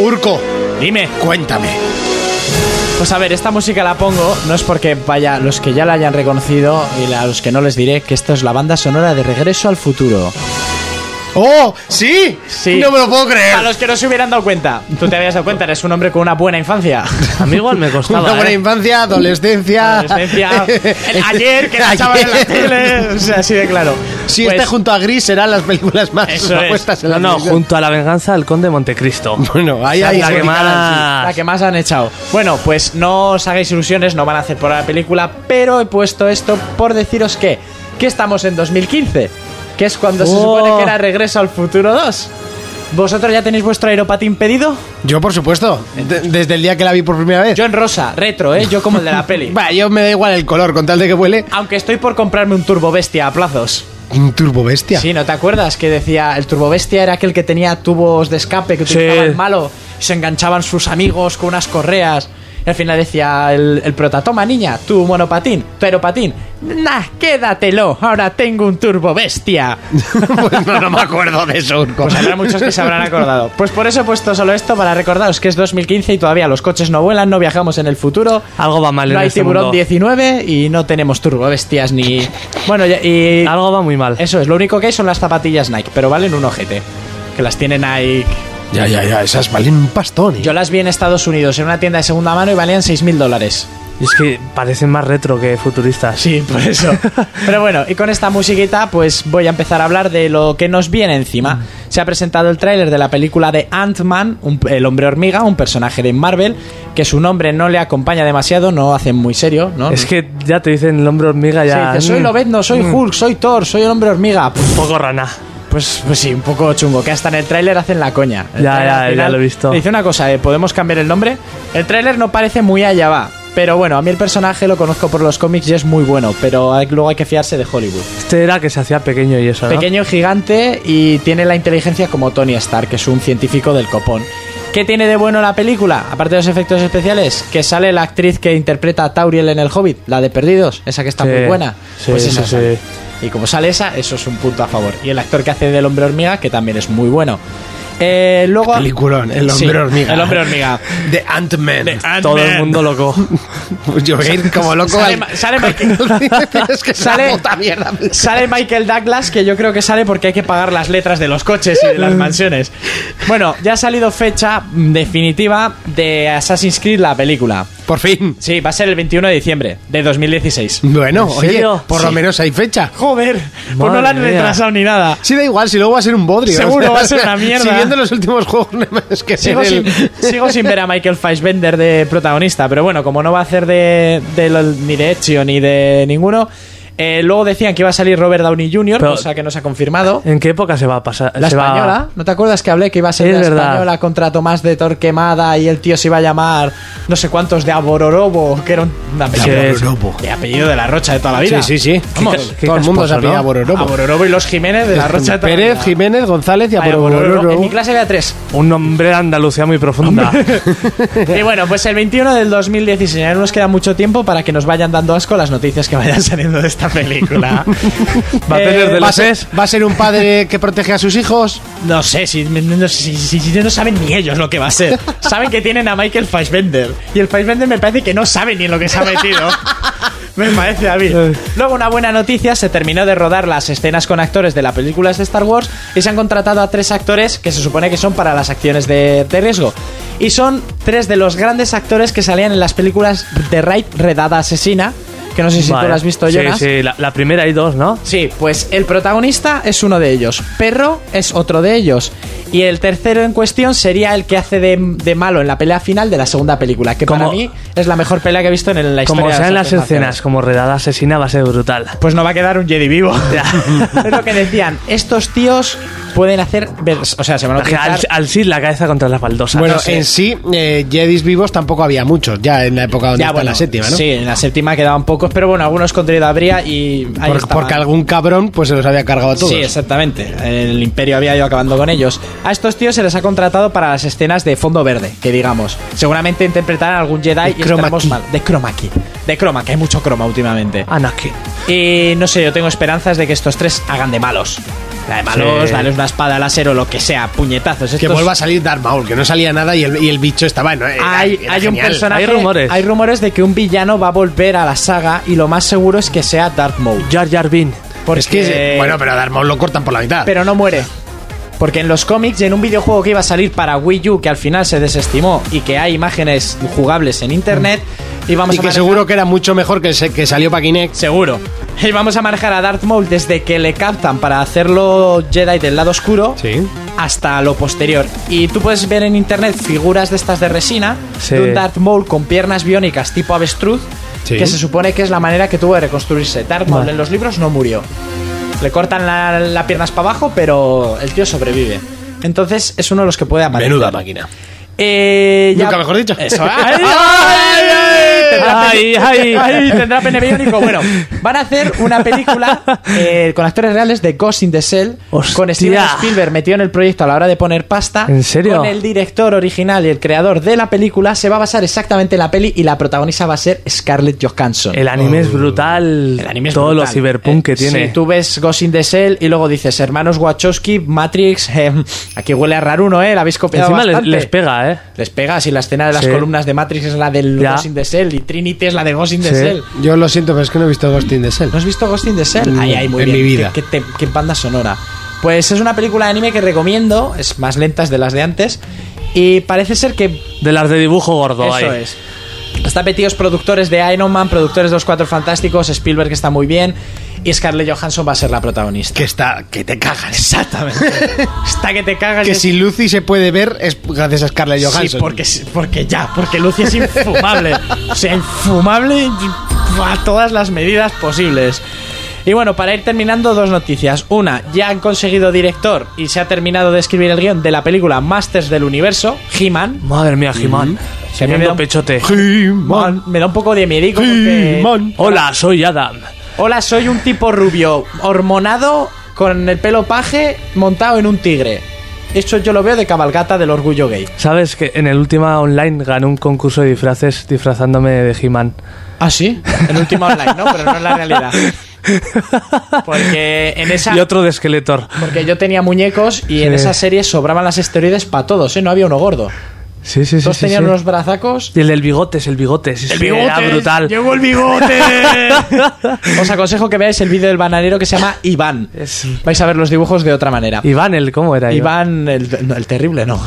Urco,
Dime.
cuéntame.
Pues a ver, esta música la pongo, no es porque vaya, los que ya la hayan reconocido y a los que no les diré que esto es la banda sonora de Regreso al Futuro.
¡Oh! ¿Sí?
Sí.
No me lo puedo
A
creer.
los que no se hubieran dado cuenta, tú te habías dado cuenta, eres un hombre con una buena infancia.
A mí igual me
Una
costaba.
buena
eh.
infancia, adolescencia.
Adolescencia. El ayer que
Ayer.
estaba en la tele, o sea, así de claro.
Si
Pues-
este junto a Gris serán las películas más
Eso es.
apuestas en
No,
la
no,
televisión.
junto a la venganza del conde Montecristo.
Bueno, ahí
Esa es
hay
la que
La
más.
que más han echado. Bueno, pues no os hagáis ilusiones, no van a hacer por la película, pero he puesto esto por deciros que, que estamos en 2015, que es cuando se
Oh.
supone que era Regreso al Futuro 2. ¿Vosotros ya tenéis vuestro aeropatín pedido?
Yo, por supuesto. de- desde el día que la vi por primera vez.
Yo en rosa, retro, ¿eh? Yo como el de la peli.
Bah, yo me da igual el color, con tal de que huele.
Aunque estoy por comprarme un turbo bestia a plazos.
Un turbo bestia.
Sí, ¿no te acuerdas que decía el turbo bestia era aquel que tenía tubos de escape que
Sí.
utilizaba el malo y se enganchaban sus amigos con unas correas? Y al final decía el, el prota, toma niña, tu monopatín, tu aeropatín. Nah, quédatelo, ahora tengo un turbo bestia.
Pues no, no me acuerdo de eso, Urco.
Pues habrá muchos que se habrán acordado. Pues por eso he puesto solo esto para recordaros que es 2015 y todavía los coches no vuelan, no viajamos en el futuro.
Algo va mal
No
en
hay
este
tiburón
mundo.
19 y no tenemos turbo bestias ni... Bueno, ya- y...
Algo va muy mal.
Eso es, lo único que hay son las zapatillas Nike, pero valen un ojete. Que las tiene Nike.
Ya, ya, ya, esas valen un pastón. ¿eh?
Yo las vi en Estados Unidos en una tienda de segunda mano y valían 6.000 dólares.
Y es que parecen más retro que futuristas.
Sí, por eso. pero bueno, y con esta musiquita pues voy a empezar a hablar de lo que nos viene encima.
Mm.
Se ha presentado el tráiler de la película de Ant-Man, un- el hombre hormiga, un personaje de Marvel, que su nombre no le acompaña demasiado, no hacen muy serio, Ah, ¿no?
Es que ya te dicen el hombre hormiga
Se
ya.
dice, soy
mm,
Lobezno, soy Hulk, soy Thor, soy el hombre hormiga. Pff,
Un poco rana.
Pues, pues sí, un poco chungo, que hasta en el tráiler hacen la coña. El
Ya,
tráiler
ya,
al
ya lo he visto.
Dice una cosa, eh, ¿podemos cambiar el nombre? El tráiler no parece muy allá va, pero bueno, a mí el personaje lo conozco por los cómics y es muy bueno, pero hay- luego hay que fiarse de Hollywood.
Este era que se hacía pequeño y eso, ¿no?
Pequeño gigante y tiene la inteligencia como Tony Stark, que es un científico del copón. ¿Qué tiene de bueno la película? Aparte de los efectos especiales, que sale la actriz que interpreta a Tauriel en El Hobbit, la de Perdidos, esa que está
Sí,
muy buena.
sí,
pues esa
sí,
sale.
sí.
Y como sale esa, eso es un punto a favor. Y el actor que hace del hombre hormiga, que también es muy bueno. Eh, luego...
Peliculón, El
Sí,
hombre hormiga.
El hombre hormiga.
De Ant-Man.
Todo el mundo loco.
Pues yo voy a ir como loco
Sale
al-
Ma- sale Michael-
Pero es que es
Sale-
una puta mierda.
Sale Michael Douglas, que yo creo que sale porque hay que pagar las letras de los coches y de las mansiones. Bueno, ya ha salido fecha definitiva de Assassin's Creed, la película.
Por fin.
Sí, va a ser el 21 de diciembre de 2016.
Bueno,
¿En
oye,
serio?
por lo
Sí.
menos hay fecha.
Joder, pues no la han
Madre mía.
retrasado ni nada.
Sí, da igual, si luego va a ser un bodrio.
Seguro, va a ser una mierda.
Si viendo los últimos juegos, no hay más que
Sigo,
ver el-
sin, sigo sin ver a Michael Fassbender de protagonista, pero bueno, como no va a hacer de, de lo- ni de Ezio ni de ninguno, Eh, luego decían que iba a salir Robert Downey Jr.,
Pero-
cosa que no se ha confirmado.
¿En qué época se va a pasar?
La
se va-
española, ¿no te acuerdas que hablé que iba a ser
Sí,
la
es verdad.
española contra Tomás de Torquemada y el tío se iba a llamar no sé cuántos de Abororobo, que era un un apellido,
Que es-
de apellido de la Rocha de toda la vida?
Sí, sí, sí.
Vamos,
qué
todo el mundo
casposo,
se apellida
¿no?
Bororobo.
Abororobo y los Jiménez de la Rocha de toda la
Pérez,
vida.
Jiménez, González y
Ay, Abororobo. En mi
Abororobo.
clase había tres.
Un nombre de Andalucía muy profunda.
Y bueno, pues el 21 del 2016 ya no nos queda mucho tiempo para que nos vayan dando asco las noticias que vayan saliendo de esta película.
Va a
Eh,
tener de
¿Va a,
las
ser,
es.
va a ser un padre que protege a sus hijos.
No sé, si, no, si- si- si no saben ni ellos lo que va a ser. Saben que tienen a Michael Fassbender. Y el Fassbender me parece que no sabe ni en lo que se ha metido. Me parece a mí.
Eh.
Luego, una buena noticia: se terminó de rodar las escenas con actores de la película de Star Wars y se han contratado a tres actores que se supone que son para las acciones de, de riesgo. Y son tres de los grandes actores que salían en las películas de Raid Redada Asesina. Que no sé si tú
Vale.
lo has visto,
Sí,
Jonas.
sí, la, la primera y dos, ¿no?
Sí, pues el protagonista es uno de ellos, Perro es otro de ellos, y el tercero en cuestión sería el que hace de, de malo en la pelea final de la segunda película, que para
Como-
mí es la mejor pelea que he visto en la historia.
Como
de las
sean las
artes marciales.
escenas, como redada asesina, va a ser brutal.
Pues no va a quedar un Jedi vivo. es lo que decían, estos tíos pueden hacer... vers- O sea, se van a
Al,
utilizar...
al Sid la cabeza contra las
Ah,
baldosas.
Bueno,
No sé.
en sí, eh, Jedis vivos tampoco había muchos ya en la época donde está la séptima, ¿no?
Sí, en la séptima quedaban pocos, pero bueno, algunos contenido habría y... ahí
Por-
estaban.
porque algún cabrón pues se los había cargado a todos.
Sí, exactamente. El imperio había ido acabando con ellos. A estos tíos se les ha contratado para las escenas de fondo verde, que digamos. Seguramente interpretarán algún Jedi
De
y
chroma
estaremos
key. Ah.
mal. De chroma key. De chroma, que hay mucho croma últimamente.
Anakin.
Y no sé, yo tengo esperanzas de que estos tres hagan de malos. La de malos,
Sí.
dale una espada láser o lo que sea, puñetazos.
Que
Estos-
vuelva a salir Darth Maul, que no salía nada y el, y el bicho estaba... no, era-
hay,
era
hay un
genial.
personaje.
Hay rumores.
Hay rumores de que un villano va a volver a la saga y lo más seguro es que sea Darth Maul.
Jar Jar Bin.
Porque...
Es que, bueno, pero a Darth Maul lo cortan por la mitad.
pero no muere. Porque en los cómics y en un videojuego que iba a salir para Wii U, que al final se desestimó y que hay imágenes jugables en internet,
Mm.
íbamos
y
a
que
manejar-
seguro que era mucho mejor que, el se- que salió para Kinect.
Seguro. Íbamos a manejar a Darth Maul desde que le captan para hacerlo Jedi del lado oscuro
Sí.
hasta lo posterior. Y tú puedes ver en internet figuras de estas de resina
Sí.
de un Darth Maul con piernas biónicas tipo avestruz,
Sí.
que se supone que es la manera que tuvo de reconstruirse. Darth Maul
Vale.
en los libros no murió. Le cortan la- las piernas para abajo, pero el tío sobrevive. Entonces es uno de los que puede aparecer.
Menuda máquina.
Eh, ya-
Nunca mejor dicho.
Eso. ¡Ay, ay, ay! Tendrá
Ay,
pene-
ay.
ay, Tendrá pene biónico. Bueno, van a hacer una película eh, con actores reales de Ghost in the Shell. Con
Hostia.
Steven Spielberg metido en el proyecto a la hora de poner pasta.
¿En serio?
Con el director original y el creador de la película. Se va a basar exactamente en la peli y la protagonista va a ser Scarlett Johansson.
El anime es brutal.
Oh. El anime es
Todo lo
brutal.
ciberpunk
Eh,
que tiene.
Sí, tú ves Ghost in the Shell y luego dices Hermanos Wachowski, Matrix. eh, aquí huele a raruno, ¿eh? La habéis copiado
Encima les,
bastante.
les pega, ¿eh?
Les pega si la escena de las
Sí.
columnas de Matrix es la del
Ya.
Ghost in the Shell y Trinity es la de Ghost in the
Sí.
Shell.
Yo lo siento, pero es que no he visto Ghost in the Shell.
¿No has visto Ghost in the Shell? Ay, ay, muy
en
bien.
mi vida.
Qué, qué te- qué banda sonora. Pues es una película de anime que recomiendo, es más lentas de las de antes y parece ser que
De las de dibujo gordo
eso
ahí.
es. Están metidos productores de Iron Man, productores de Los Cuatro Fantásticos, Spielberg que está muy bien y Scarlett Johansson va a ser la protagonista.
Que está... Que te cagas.
Exactamente. está que te cagas.
Que
de-
si Lucy se puede ver es gracias a Scarlett Johansson.
Sí, porque, porque ya, porque Lucy es infumable. o sea, infumable a todas las medidas posibles. Y bueno, para ir terminando, dos noticias. Una, ya han conseguido director y se ha terminado de escribir el guión de la película Masters del Universo, He-Man.
Madre mía, He-Man.
Mm. Se me ha dado-
Segundo pechote.
Me da un poco de miedico. porque-
Hola, soy Adam.
Hola, soy un tipo rubio, hormonado, con el pelo paje, montado en un tigre. Esto yo lo veo de cabalgata del orgullo gay.
¿Sabes que en el última online gané un concurso de disfraces disfrazándome de He-Man?
Ah, sí. En última online, ¿no? Pero no es la realidad. Porque en esa.
Y otro de Skeletor.
Porque yo tenía muñecos y en
Sí.
esa serie sobraban las esteroides para todos, ¿eh? No había uno gordo.
Sí, sí, sí.
Todos
sí,
tenían
sí.
unos brazacos.
Y el del bigotes, el bigotes. El Era brutal.
el bigote! Os aconsejo que veáis el vídeo del bananero que se llama Iván.
Es-
Vais a ver los dibujos de otra manera.
Iván, el cómo era
Iván, el, no, el terrible, no.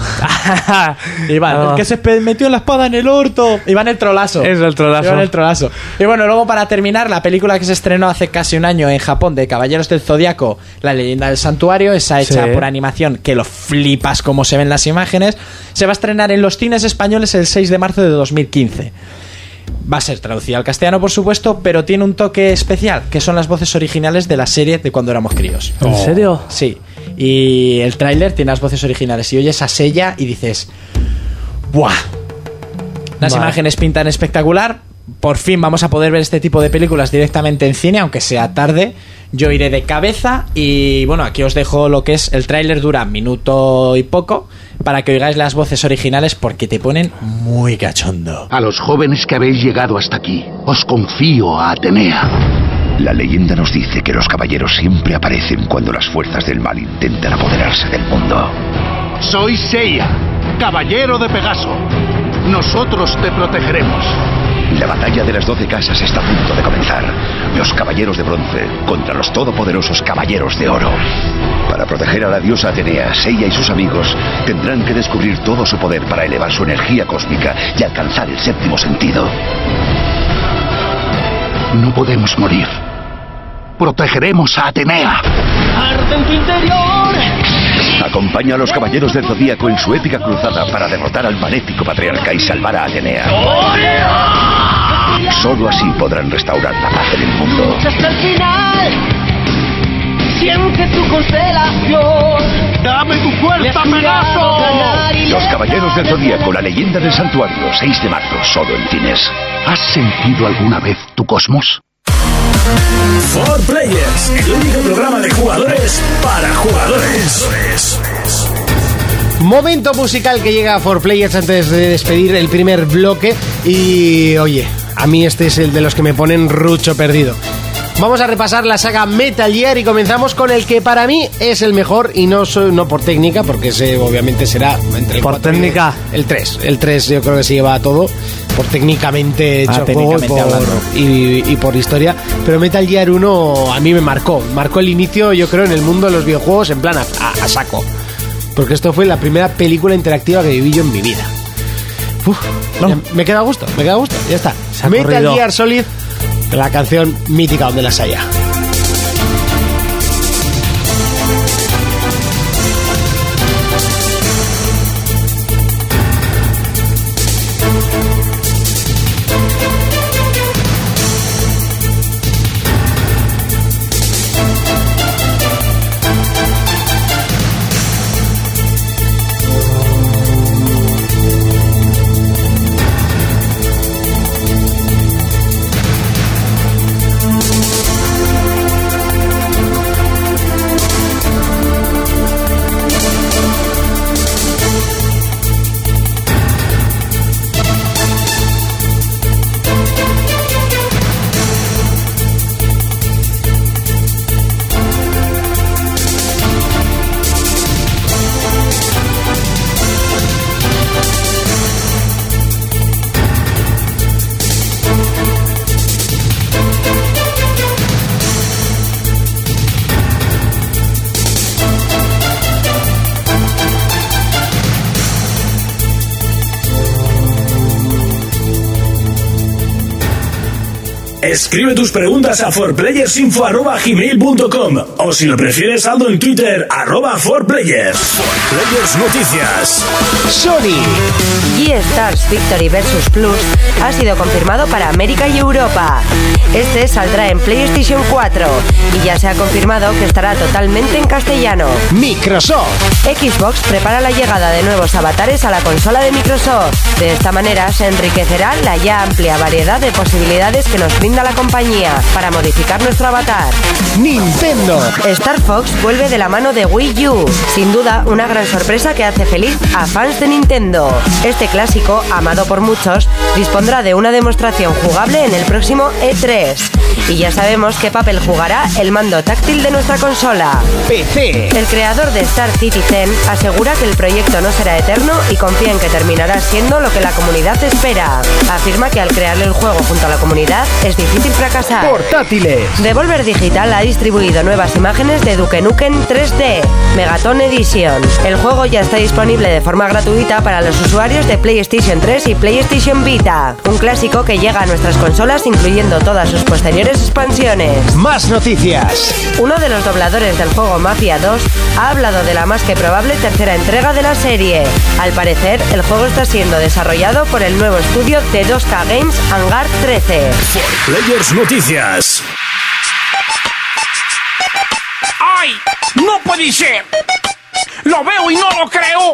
Iván,
No.
el que se pe- metió la espada en el orto. Iván el trolazo.
Es el trolazo.
Iván el trolazo. Y bueno, luego para terminar, la película que se estrenó hace casi un año en Japón de Caballeros del Zodiaco, La leyenda del santuario, esa hecha
Sí.
por animación que lo flipas como se ven las imágenes, se va a estrenar en los cines españoles el 6 de marzo de 2015. Va a ser traducida al castellano, por supuesto, pero tiene un toque especial, que son las voces originales de la serie de cuando éramos críos.
¿En serio?
Sí. Y el tráiler tiene las voces originales. Y oyes a Sella y dices. ¡Buah! Las
Vale.
imágenes pintan espectacular. Por fin vamos a poder ver este tipo de películas directamente en cine, aunque sea tarde. Yo iré de cabeza y bueno, aquí os dejo lo que es el tráiler, dura minuto y poco, para que oigáis las voces originales porque te ponen muy cachondo.
A los jóvenes que habéis llegado hasta aquí, os confío a Atenea. La leyenda nos dice que los caballeros siempre aparecen cuando las fuerzas del mal intentan apoderarse del mundo. Soy Seiya, caballero de Pegaso. Nosotros te protegeremos. La batalla de las doce casas está a punto de comenzar. Los caballeros de bronce contra los todopoderosos caballeros de oro. Para proteger a la diosa Atenea, Seiya y sus amigos tendrán que descubrir todo su poder para elevar su energía cósmica y alcanzar el séptimo sentido. No podemos morir. Protegeremos a Atenea. Acompaña a los caballeros del Zodíaco en su épica cruzada para derrotar al maléfico patriarca y salvar a Atenea. Solo así podrán restaurar la paz en el mundo.
hasta el final. Siente tu constelación.
¡Dame tu fuerza,
Pegaso!
Los Caballeros del Zodíaco, la leyenda del santuario, 6 de marzo, solo en cines. ¿Has sentido alguna vez tu cosmos?
For Players, el único programa de jugadores para jugadores.
Momento musical que llega a 4Players antes de despedir el primer bloque. Y oye, a mí este es el de los que me ponen rucho perdido. Vamos a repasar la saga Metal Gear y comenzamos con el que para mí es el mejor y no, so- no por técnica, porque ese obviamente será entre el
Por
cuatro y
técnica.
el 3. El 3 yo creo que se lleva todo por técnicamente hecho
Ah,
juego y
técnicamente
por,
hablando.
y- y por historia. Pero Metal Gear 1 a mí me marcó. Marcó el inicio, yo creo, en el mundo de los videojuegos en plan a- a- a saco. Porque esto fue la primera película interactiva que viví yo en mi vida. Uf, ya Me queda a gusto, me queda a gusto, ya está.
Se ha
Metal
corrido.
Gear Solid, la canción mítica donde las haya.
Escribe tus preguntas a forplayersinfo.com o si lo prefieres, saldo en Twitter, arroba forplayers. Players Noticias.
Sony,
G-Stars Victory vs Plus ha sido confirmado para América y Europa. Este saldrá en PlayStation 4 y ya se ha confirmado que estará totalmente en castellano.
Microsoft,
Xbox prepara la llegada de nuevos avatares a la consola de Microsoft. De esta manera se enriquecerá la ya amplia variedad de posibilidades que nos brinda la compañía para modificar nuestro avatar.
Nintendo,
Star Fox vuelve de la mano de Wii U, sin duda una gran sorpresa que hace feliz a fans de Nintendo. Este clásico, amado por muchos, dispondrá de una demostración jugable en el próximo E3. Y ya sabemos qué papel jugará el mando táctil de nuestra consola.
PC,
El creador de Star Citizen asegura que el proyecto no será eterno y confía en que terminará siendo lo que la comunidad espera. Afirma que al crear el juego junto a la comunidad es difícil difícil fracasar.
Portátiles.
Devolver Digital ha distribuido nuevas imágenes de Duke Nukem 3D, Megaton Edition. El juego ya está disponible de forma gratuita para los usuarios de PlayStation 3 y PlayStation Vita, un clásico que llega a nuestras consolas incluyendo todas sus posteriores expansiones.
Más noticias.
Uno de los dobladores del juego Mafia 2 ha hablado de la más que probable tercera entrega de la serie. Al parecer, el juego está siendo desarrollado por el nuevo estudio de 2K Games Hangar 13.
Players Noticias.
¡Ay! ¡No puede ser! ¡Lo veo y no lo creo!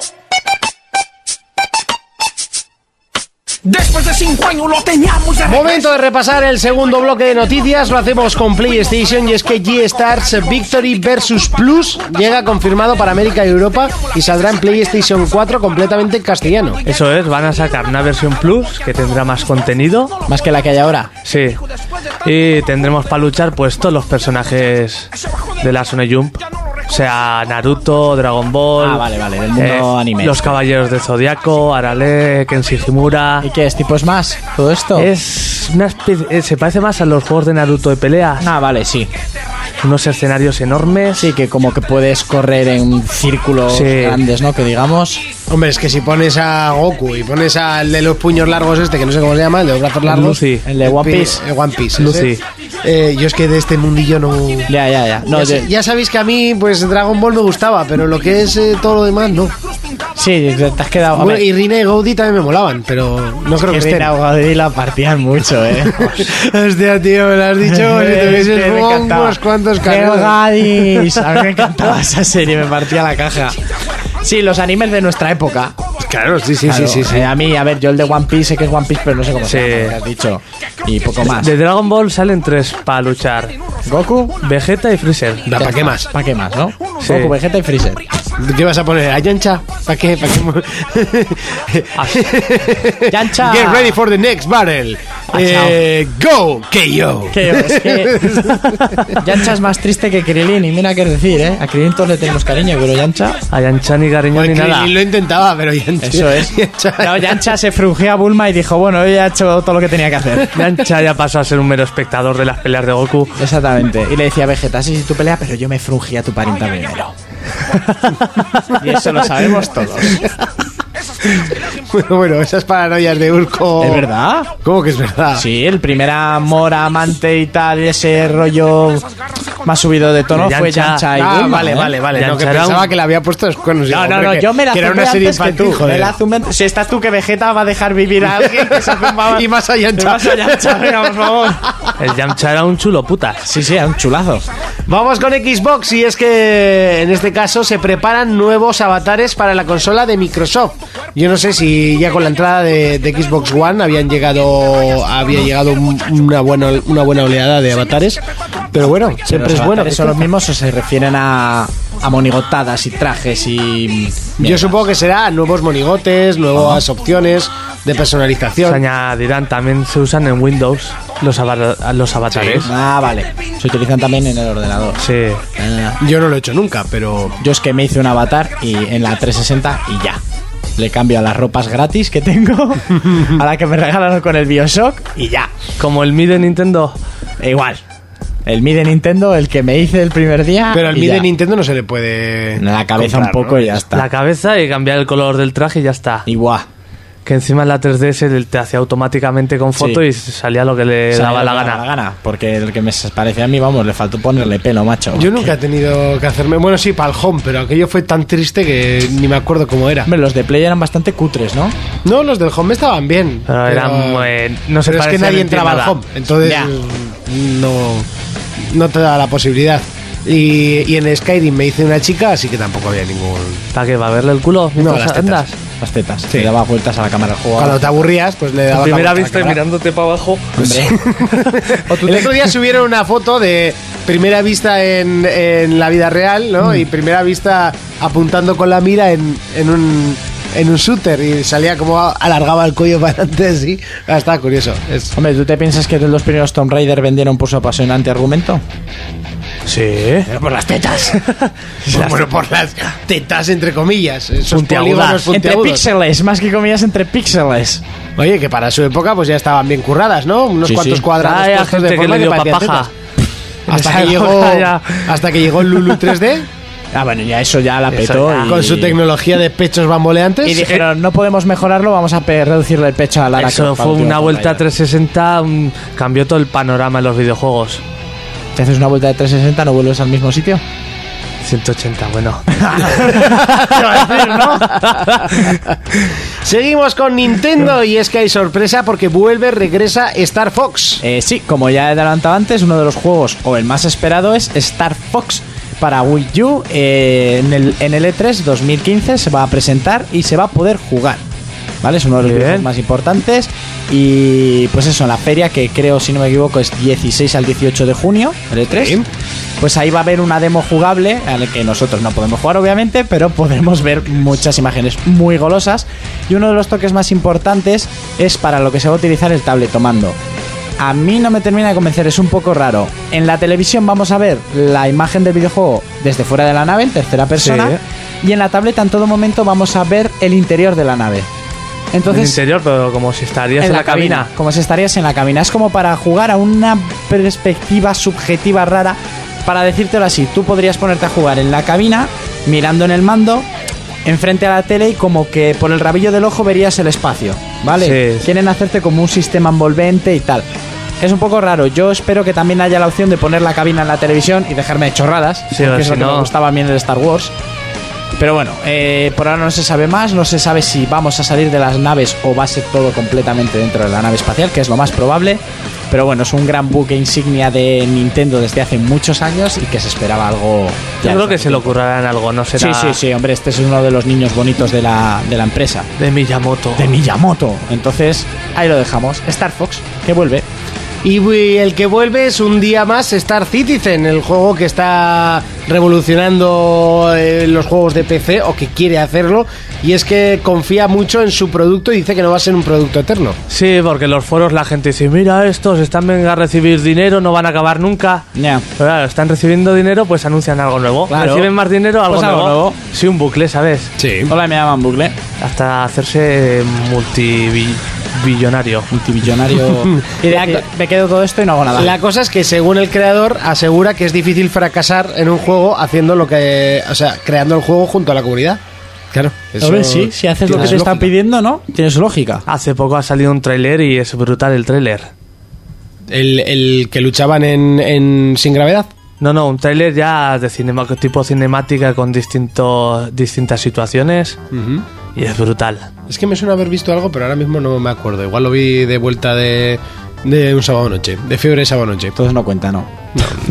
Después de cinco años lo teníamos de
Momento de repasar el segundo bloque de noticias. Lo hacemos con PlayStation y es que G-Stars Victory vs Plus llega confirmado para América y Europa y saldrá en PlayStation 4 completamente en castellano.
Eso es, van a sacar una versión plus que tendrá más contenido.
Más que la que hay ahora.
Sí. Y tendremos para luchar pues todos los personajes de la Sony Jump. O sea, Naruto, Dragon Ball. eh,
Ah, vale, vale, del mundo anime.
Los Caballeros del Zodiaco, Arale, Kenshi Himura.
¿Y qué es? ¿Tipo Smash? ¿Todo esto?
Es una especie. eh, se parece más a los juegos de Naruto de peleas.
Ah, vale, sí.
Unos escenarios enormes.
Sí, que como que puedes correr en círculos
Sí.
grandes, ¿no? Que digamos.
Hombre, es que si pones a Goku y pones al de los puños largos este, que no sé cómo se llama, el de los brazos largos.
Lucy.
El de One
pi-
Piece.
El One Piece. ese.
Lucy.
Eh, yo es que de este mundillo no...
Ya, ya, ya. No,
ya, sé-
de-
ya sabéis que a mí, pues Dragon Ball me gustaba, pero lo que es eh, todo lo demás, no.
sí, te has quedado.
Bueno, y Rina y Goudi también me molaban, pero no creo que estén.
y la partían mucho, ¿eh?
Hostia, tío, me lo has dicho como si te
Este,
hubieses fumado unos cuantos cargos.
Gadis. A mí me encantaba esa serie, me partía la caja. Sí, los animes de nuestra época.
Claro, sí, sí,
Claro,
sí, sí. sí.
eh, a mí, a ver, yo el de One Piece sé que es One Piece, pero no sé cómo
Sí.
se llama, lo que has dicho. Y poco más.
De Dragon Ball salen tres para luchar:
Goku,
Vegeta y Freezer.
Da, ¿Para qué más?
¿para qué más, no?
Sí.
Goku, Vegeta y Freezer.
¿Qué vas a poner? ¿A Yancha? ¿Para qué? ¿Para qué? mo-
Yancha. Ah,
Get ready for the next battle. Eh, go, KO.
Que, es que Yancha es más triste que Krilin y mira qué decir, ¿eh? A Krilin todos le tenemos cariño, pero Yancha...
A Yanchan ni Gariño
Joder,
ni nada.
Krillin lo intentaba, pero Yancha.
Eso es.
Yancha-
No, Yancha se frungió a Bulma y dijo, bueno, yo ya he hecho todo lo que tenía que hacer.
Yancha ya pasó a ser un mero espectador de las peleas de Goku.
Exactamente. Y le decía a Vegeta, sí, sí, tú pelea, pero yo me frungí a tu parienta primero. y eso lo sabemos todos.
Bueno, bueno, esas paranoias de Urco.
¿Es verdad?
¿Cómo que es verdad?
Sí, el primer amor, amante y tal, ese rollo más subido de tono
De
fue Yancha
Yancha.
y
Ah,
Bulma,
vale,
¿eh?
vale, vale. No, que
Yancha era
pensaba
un-
que le había puesto los cuernos.
No, no,
Hombre,
no,
que-
yo me la
Que era
zumbé
una serie
antes que
infantil,
tú, me
joder.
la zumbé antes. Si estás tú que Vegeta va a dejar vivir a alguien que se zumbaba.
Y más a Yancha.
Vas a Yancha, venga, por favor.
El Yamcha era un chulo putas.
Sí, sí, era un chulazo.
Vamos con Xbox y es que en este caso se preparan nuevos avatares para la consola de Microsoft.
Yo no sé si ya con la entrada de, de Xbox One habían llegado había llegado un- una buena una buena oleada de avatares, pero bueno, siempre
Pero
es bueno.
¿Son los mismos o se refieren a, a monigotadas y trajes y.
Yo supongo que será nuevos monigotes, nuevas opciones de
Se
personalización.
añadirán, también se usan en Windows los, ava- los avatares.
Ah, vale. Se utilizan también en el ordenador.
Sí.
Ah.
Yo no lo he hecho nunca, pero
Yo es que me hice un avatar y en la 360 y ya. Le cambio a las ropas gratis que tengo, a la que me regalaron con el Bioshock y ya.
Como el Mi de Nintendo.
E igual. El Mi de Nintendo, el que me hice el primer día.
pero al
y
mí de
ya.
Nintendo no se le puede
La cabeza
comprar,
un poco
¿no?
y ya está.
La cabeza y cambiar el color del traje y ya está.
Igual.
Que encima la 3DS el- te hacía automáticamente con foto
Sí.
y salía lo que le daba la gana.
Porque el que me parece a mí, vamos, le faltó ponerle pelo, macho.
Yo nunca he tenido que hacerme, bueno, sí, para el home, pero aquello fue tan triste que ni me acuerdo cómo era.
Hombre, los de Play eran bastante cutres, ¿no?
No, los del home estaban bien.
Pero Ah, eran muy- no se
pero es que
parecían
nadie
en ti
entraba al
nada.
home. Entonces
Ya.
mm, no, no te da la posibilidad. Y, y en Skyrim me hice una chica, así que tampoco había ningún.
¿Para qué? ¿Para verle el culo? mientras
las tetas.
andas?
Las tetas. Le daba vueltas a la cámara al
Cuando
jugador.
te aburrías, pues le
A
dabas la vuelta
primera
a la
vista y
cámara.
mirándote para abajo. Pues,
El otro día subieron una foto de primera vista en, en la vida real, ¿no?
Mm.
Y primera vista apuntando con la mira en, en un. En un shooter y salía como a- alargaba el cuello para adelante así. Ah, Estaba curioso. Es-
Hombre, ¿tú te piensas que los primeros Tomb Raider vendieron por su apasionante argumento?
Sí.
Pero por las tetas.
Pues
bueno, por las tetas, entre comillas.
Esos polígonos
Puntiagudas. Entre
puntiagudos.
píxeles, más que comillas entre píxeles.
Oye, que para su época pues ya estaban bien curradas, ¿no? Unos
Sí,
cuantos
sí.
cuadrados
Hay
puestos
Ah, gente
de
que
forma
le
que,
dio
parecían
papaja.
tetas. Hasta
Esa
que, llegó,
hora ya.
hasta que llegó el Lulu 3D
Ah, bueno, ya eso ya la petó.
ya.
y-
con su tecnología de pechos bamboleantes.
Y dijeron, no podemos mejorarlo, vamos a pe- reducirle el pecho a Lara
Eso
Croft, la
fue
última
una vuelta
batalla".
360, mm, cambió todo el panorama en los videojuegos.
Te haces una vuelta de 360, no vuelves al mismo sitio.
180, bueno.
Seguimos con Nintendo y es que hay sorpresa porque vuelve, regresa Star Fox.
Eh, sí, como ya he adelantado antes, uno de los juegos o el más esperado es Star Fox para Wii U. eh, en, el, en el E3 2015 se va a presentar y se va a poder jugar. ¿Vale? Es uno de los
Bien.
videojuegos más importantes. Y pues eso, en la feria que creo, si no me equivoco, es 16 al 18 de junio, el E3. Pues ahí va a haber una demo jugable a la que nosotros no podemos jugar, obviamente, pero podremos ver muchas imágenes muy golosas. Y uno de los toques más importantes es para lo que se va a utilizar el tabletomando. A mí no me termina de convencer, es un poco raro. En la televisión vamos a ver la imagen del videojuego desde fuera de la nave, en tercera persona. Y en la tableta en todo momento vamos a ver el interior de la nave.
En el
Entonces,
interior, pero como si estarías en, la, cabina.
como si estarías en la cabina. Es como para jugar a una perspectiva subjetiva rara. Para decírtelo así, tú podrías ponerte a jugar en la cabina, mirando en el mando, enfrente a la tele y como que por el rabillo del ojo verías el espacio. ¿Vale?
Sí, sí.
Quieren hacerte como un sistema envolvente y tal. Es un poco raro. Yo espero que también haya la opción de poner la cabina en la televisión y dejarme de chorradas.
Sí,
porque es
si
lo que me
no-
gustaba a mí en el Star Wars. Pero bueno, eh, por ahora no se sabe más, no se sabe si vamos a salir de las naves o va a ser todo completamente dentro de la nave espacial, que es lo más probable. Pero bueno, es un gran buque insignia de Nintendo desde hace muchos años y que se esperaba algo.
Yo
ya
creo que
hace
se le ocurrirán algo, no
tiempo.
será
Sí, sí, sí, hombre, este es uno de los niños bonitos de la, de la empresa,
de Miyamoto.
de Miyamoto. Entonces, ahí lo dejamos. Star Fox, que vuelve.
Y bu- el que vuelve es un día más Star Citizen, el juego que está revolucionando eh, los juegos de PC o que quiere hacerlo. Y es que confía mucho en su producto y dice que no va a ser un producto eterno.
Sí, porque en los foros la gente dice, mira estos, están venga a recibir dinero, no van a acabar nunca.
Ya.
Pero claro, están recibiendo dinero, pues anuncian algo nuevo.
Claro.
Reciben más dinero, algo,
Pues algo
nuevo.
nuevo.
Sí, un bucle, ¿sabes?
Sí.
Hola, me llaman Bugle,
Hasta hacerse multibillonario.
multibillonario. y de acto- me quedo todo esto y no hago nada.
La cosa es que según el creador asegura que es difícil fracasar en un juego haciendo lo que, o sea, creando el juego junto a la comunidad. Claro.
A ver, sí, si haces lo que te están pidiendo, ¿no? Tienes lógica.
Hace poco ha salido un tráiler y es brutal el tráiler.
El, el que luchaban en, en sin gravedad.
No, no, un tráiler ya de cinema, tipo cinemática con distintos, distintas situaciones y es brutal.
Es que me suena haber visto algo, pero ahora mismo no me acuerdo. Igual lo vi de vuelta de, de un sábado noche, de fiebre de sábado noche.
Entonces no cuenta, no.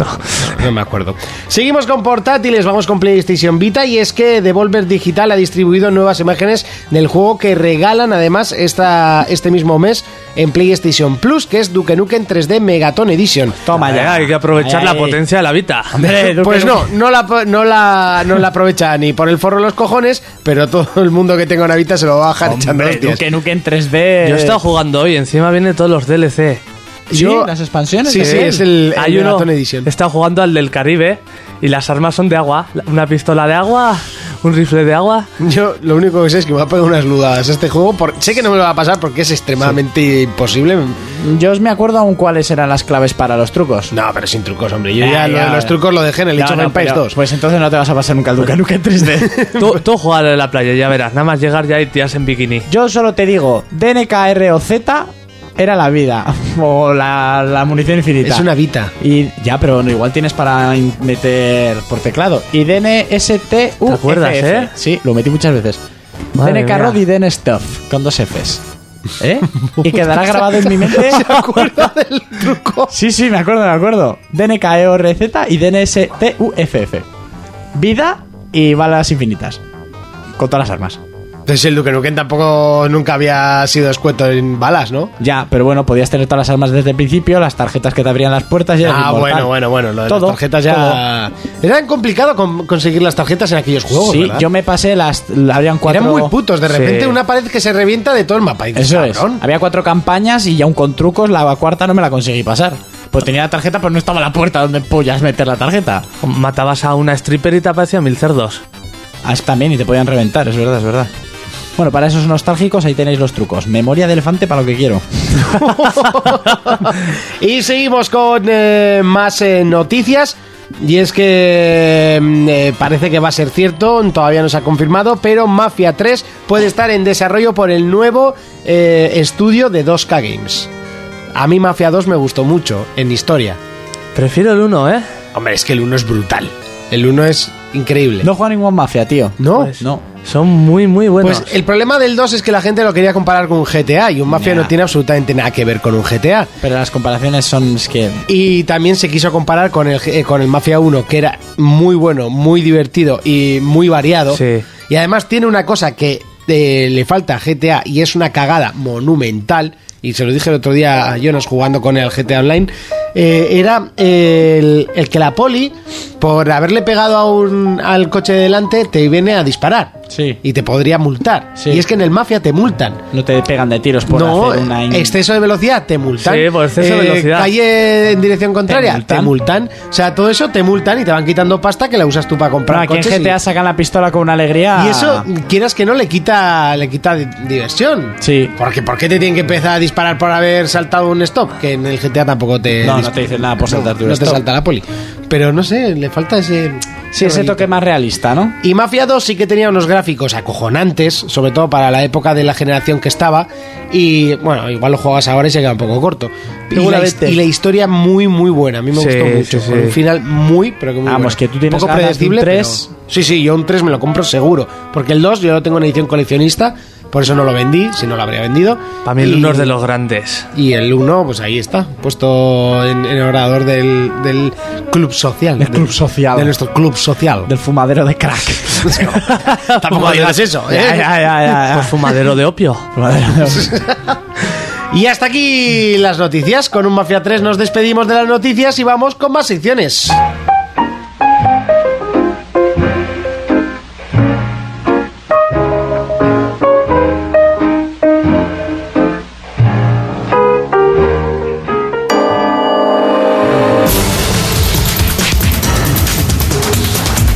No me acuerdo. Seguimos con portátiles, vamos con PlayStation Vita y es que Devolver Digital ha distribuido nuevas imágenes del juego que regalan además esta, este mismo mes en PlayStation Plus, que es Duke Nukem 3D Megaton Edition.
Toma
Eh,
ya.
hay que aprovechar
Ahí,
la
ahí.
potencia de la Vita.
Hombre, Duke
Pues no,
Nukem.
no la, po- no, la, no la aprovecha ni por el forro de los cojones, pero todo el mundo que tenga una Vita se lo va a bajar echando
Hombre,
hostias.
Duke Nukem 3D.
Yo he estado jugando hoy, encima vienen todos los DLC.
¿Sí?
Yo-
¿Las expansiones?
Sí, sí,
¿Qué?
es el, el
Hay uno,
Megaton Edition.
he estado jugando al del Caribe y las armas son de agua. La- Una pistola de agua, un rifle de agua.
Yo lo único que sé es que me va a poner unas ludadas a este juego. por- sé que no me lo va a pasar porque es extremadamente imposible.
Yo os me acuerdo aún cuáles eran las claves para los trucos.
No, pero sin trucos, hombre. Yo
Ya,
ya, lo de
ya.
los trucos lo dejé en el
No,
hecho
no,
of Empires
pero-
2.
Pues entonces no te vas a pasar nunca al Duke Nukem 3D.
Tú, tú jugar en la playa, ya verás. Nada más llegar ya y tiras en bikini.
Yo solo te digo, DNKROZ era la vida. O la, la munición infinita.
es una vita.
Y ya, pero no, igual tienes para in- meter por teclado. Y DNSTU.
¿Te acuerdas, eh?
Sí, lo metí muchas veces.
Madre
DNK
mía.
Rod y DN Stuff con dos Fs. ¿Eh? y quedará grabado en mi mente. ¿Se acuerda del truco? Sí, sí, me acuerdo, me acuerdo. E DNKEORZ y DNSTUFF. Vida y balas infinitas. Con todas las armas.
Entonces el Duke Nukem tampoco nunca había sido escueto en balas, ¿no?
Ya, pero bueno, podías tener todas las armas desde el principio, las tarjetas que te abrían las puertas y eras
Ah,
inmortal.
bueno, bueno, bueno. Lo de
Todo,
las tarjetas ya. Era complicado con- conseguir las tarjetas en aquellos juegos.
sí,
¿verdad?
yo me pasé las. Habrían cuatro.
Eran muy putos. De repente
Sí.
una pared que se revienta de todo el mapa. Y dices,
Eso es.
"Cabrón".
Había cuatro campañas y ya aún con trucos la cuarta no me la conseguí pasar. Pues tenía la tarjeta, pero no estaba la puerta donde podías meter la tarjeta.
Matabas a una stripper y te aparecían mil cerdos.
Ah, es también, y te podían reventar, es verdad, es verdad. Bueno, para esos nostálgicos ahí tenéis los trucos. Memoria de elefante para lo que quiero.
Y seguimos con eh, más eh, noticias. Y es que mm, eh, parece que va a ser cierto, todavía no se ha confirmado, pero Mafia 3 puede estar en desarrollo por el nuevo eh, estudio de 2K Games. A mí Mafia 2 me gustó mucho, en historia.
Prefiero el 1, ¿eh?
Hombre, es que el 1 es brutal. El 1 es increíble.
No juega ningún mafia, tío.
¿No?
No.
Son muy, muy buenos.
Pues el problema del 2 es que la gente lo quería comparar con un GTA y un Mafia
Ya.
no tiene absolutamente nada que ver con un GTA.
Pero las comparaciones son es que.
Y también se quiso comparar con el, eh, con el Mafia 1, que era muy bueno, muy divertido y muy variado.
Sí.
Y además tiene una cosa que eh, le falta a GTA y es una cagada monumental. Y se lo dije el otro día a Jonas jugando con el GTA Online. eh, era eh, el, el que la poli, por haberle pegado a un, al coche de delante, te viene a disparar.
Sí.
Y te podría multar.
Sí.
Y es que en el Mafia te multan
No te pegan de tiros por hacer una. in-
exceso de velocidad te multan. Eh,
Sí, por exceso de velocidad.
Calle en dirección contraria,
multan.
te multan. O sea, todo eso te multan y te van quitando pasta que la usas tú para
Bueno,
Ah,
comprar
aquí en
coches. y-
GTA sacan la pistola con una alegría.
y, eso, quieras que no, le quita, le quita di- diversión.
Sí.
Porque, ¿Por qué te tienen que empezar a disparar por haber saltado un stop? Que en el GTA tampoco te.
No,
dis-
no te dicen nada por saltar tu
No te
stop.
salta la poli. Pero no sé, le falta ese.
Sí, ese
rollito.
toque más realista, ¿no?
Y Mafia 2 sí que tenía unos gráficos acojonantes, sobre todo para la época de la generación que estaba. Y bueno, igual lo juegas ahora y se queda un poco corto. Y la, his-
Seguramente.
y la historia muy, muy buena. A mí me
Sí,
gustó mucho.
sí, sí.
Con un final muy, pero que muy
Vamos,
bueno.
que tú tienes
poco
ganas de un
predecible, pero-
3.
Sí, sí, yo un 3 me lo compro seguro. Porque el 2 yo lo tengo en edición coleccionista, por eso no lo vendí, si no lo habría vendido.
Para mí el
Y-
1 es de los grandes.
Y el 1, pues ahí está, puesto en, en el orador del, del club social.
Del club
de-
social.
De nuestro club social.
Del fumadero de crack.
Tampoco digas eso, ¿eh?
Ya, ya, ya, ya,
Pues
ya.
fumadero de opio.
Fumadero.
Y hasta aquí las noticias. Con un Mafia 3 nos despedimos de las noticias y vamos con más secciones.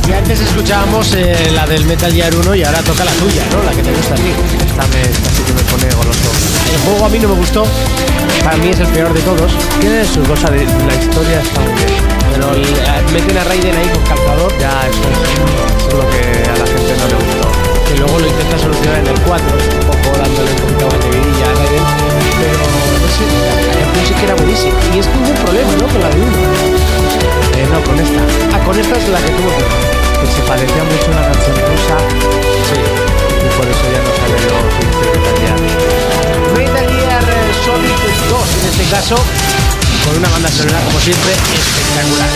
Y antes escuchábamos eh, la del Metal Gear 1 y ahora toca la tuya, ¿no? La que te gusta a ti.
Esta me, esta sí que me pone goloso.
El juego a mí no me gustó. Para mí es el peor de todos.
Tiene su cosa, de, la historia está muy bien.
Pero el- eh, meten a Raiden ahí con calzador,
Ya, eso es, eso es lo que a la gente no le gustó.
que luego lo intenta solucionar en el 4, un poco dándole un poquito más de vidilla a Raiden. Pero no sé, la canción sí que era buenísima. Y es que hubo un problema, ¿no? Con la de uno.
Eh, no, con esta.
Ah, con esta es la que tuvo que-
Que se parecía mucho a una canción rusa. Sí. Y por eso ya no sale lo que interpretaría.
Metal Gear eh, Solid 2 en este caso, con una banda sonora como siempre espectacular.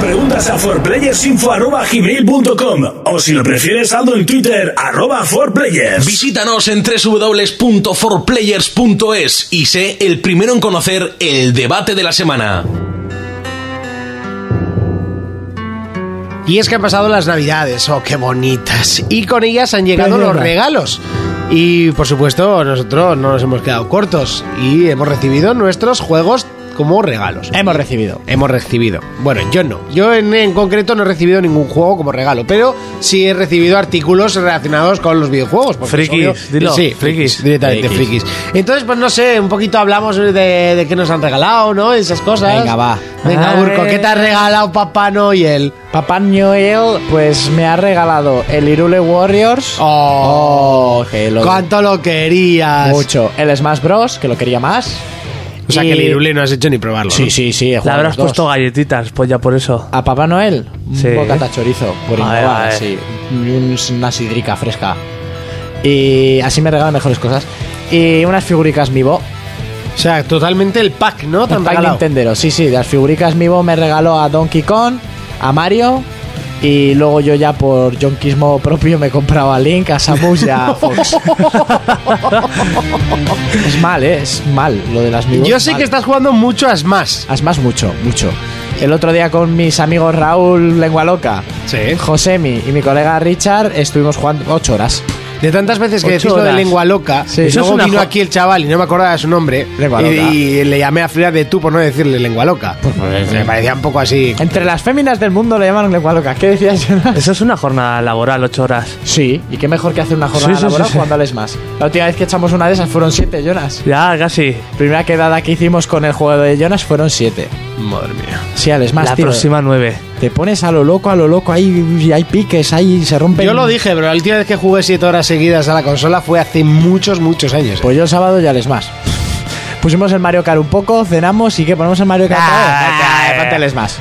preguntas a forplayersinfo.com o si lo prefieres, saldo en Twitter, arroba forplayers.
Visítanos en www.forplayers.es y sé el primero en conocer el debate de la semana.
Y es que han pasado las navidades, oh, qué bonitas. Y con ellas han llegado los regalos. Y por supuesto, nosotros no nos hemos quedado cortos y hemos recibido nuestros juegos como regalos.
Hemos recibido.
Hemos recibido. Bueno, yo no. Yo en, en concreto no he recibido ningún juego como regalo, pero sí he recibido artículos relacionados con los videojuegos. porque es
Frikis,
obvio-
dilo,
Sí,
frikis.
Directamente frikis. Entonces, pues no sé, un poquito hablamos de, de qué nos han regalado, ¿no? Esas cosas.
Venga, va.
Venga,
Ah,
Urco, ¿qué te ha regalado Papá Noel?
Papá Noel, pues me ha regalado el Irule Warriors. Oh, que lo-
¿Cuánto lo querías?
mucho. El Smash Bros, que lo quería más.
O sea,
Y-
que el Irule no has hecho ni probarlo.
Sí, sí, sí. he
Le
jugado
habrás
los dos.
puesto galletitas, pues ya por eso.
¿A Papá Noel? Un
Sí.
bocata chorizo,
A
gringoada,
ver, a ver.
sí. Y un- Una sidrica fresca. Y así me regalan mejores cosas. Y unas figuricas Mibo.
O sea, totalmente el pack, ¿no? Te han
Pack
regalado.
Nintendero, sí, sí. de Las figuricas Mibo me regaló a Donkey Kong, a Mario. Y luego yo ya por jonquismo propio me compraba a Link, a Samus y a Fox. es mal, ¿eh? Es mal lo de las Mibo.
Yo
es
sé
mal.
que estás jugando mucho a Smash.
Haz más mucho, mucho. El otro día con mis amigos Raúl Lengua Loca,
Sí.
¿Eh?
Josemi y mi colega Richard estuvimos jugando 8 horas.
De tantas veces que
Ocho
decís lo de
horas.
lengua loca,
Sí.
y
Eso es
luego
una
vino
jo-
aquí el chaval y no me acordaba de su nombre.
Lengua
y,
loca.
y le llamé a Frida de tú por no decirle lengua loca. me parecía un poco así.
Entre las féminas del mundo le llamaron Lengua Loca. ¿Qué decías, Jonas?
Eso es una jornada laboral, ocho horas.
Sí, y qué mejor que hacer una jornada
Sí, sí, sí,
laboral
sí.
cuando hables más. La última vez que echamos una de esas fueron 7, Jonas.
Ya, casi.
Primera quedada que hicimos con el juego de Jonas fueron 7.
Madre mía.
Sí, al Smash,
La
tío.
próxima nueve.
Te pones a lo loco, a lo loco, ahí hay piques, ahí se rompen.
Yo lo dije, pero la última vez que jugué 7 horas seguidas a la consola fue hace muchos, muchos años.
Pues yo el sábado ya al Smash. Pusimos el Mario Kart un poco, cenamos y que ponemos el Mario Kart.
Ah,
Ah,
eh.
ponte el Smash.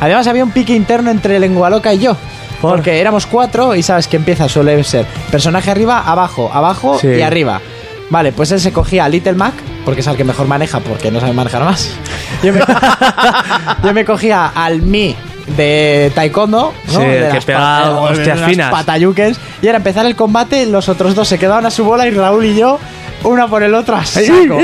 Además había un pique interno entre Lengua Loca y yo.
¿Por?
Porque éramos cuatro y sabes que empieza, suele ser personaje arriba, abajo, abajo
Sí.
y arriba. Vale, pues él se cogía a Little Mac, porque es al que mejor maneja, porque no sabe manejar más. Yo me, yo me cogía al Mi de Taekwondo, ¿no?
Sí, el
De
que
las
pega
pat-
hostias
de las
finas.
patayukens. Y era empezar el combate, los otros dos se quedaban a su bola y Raúl y yo, una por el otro, a saco.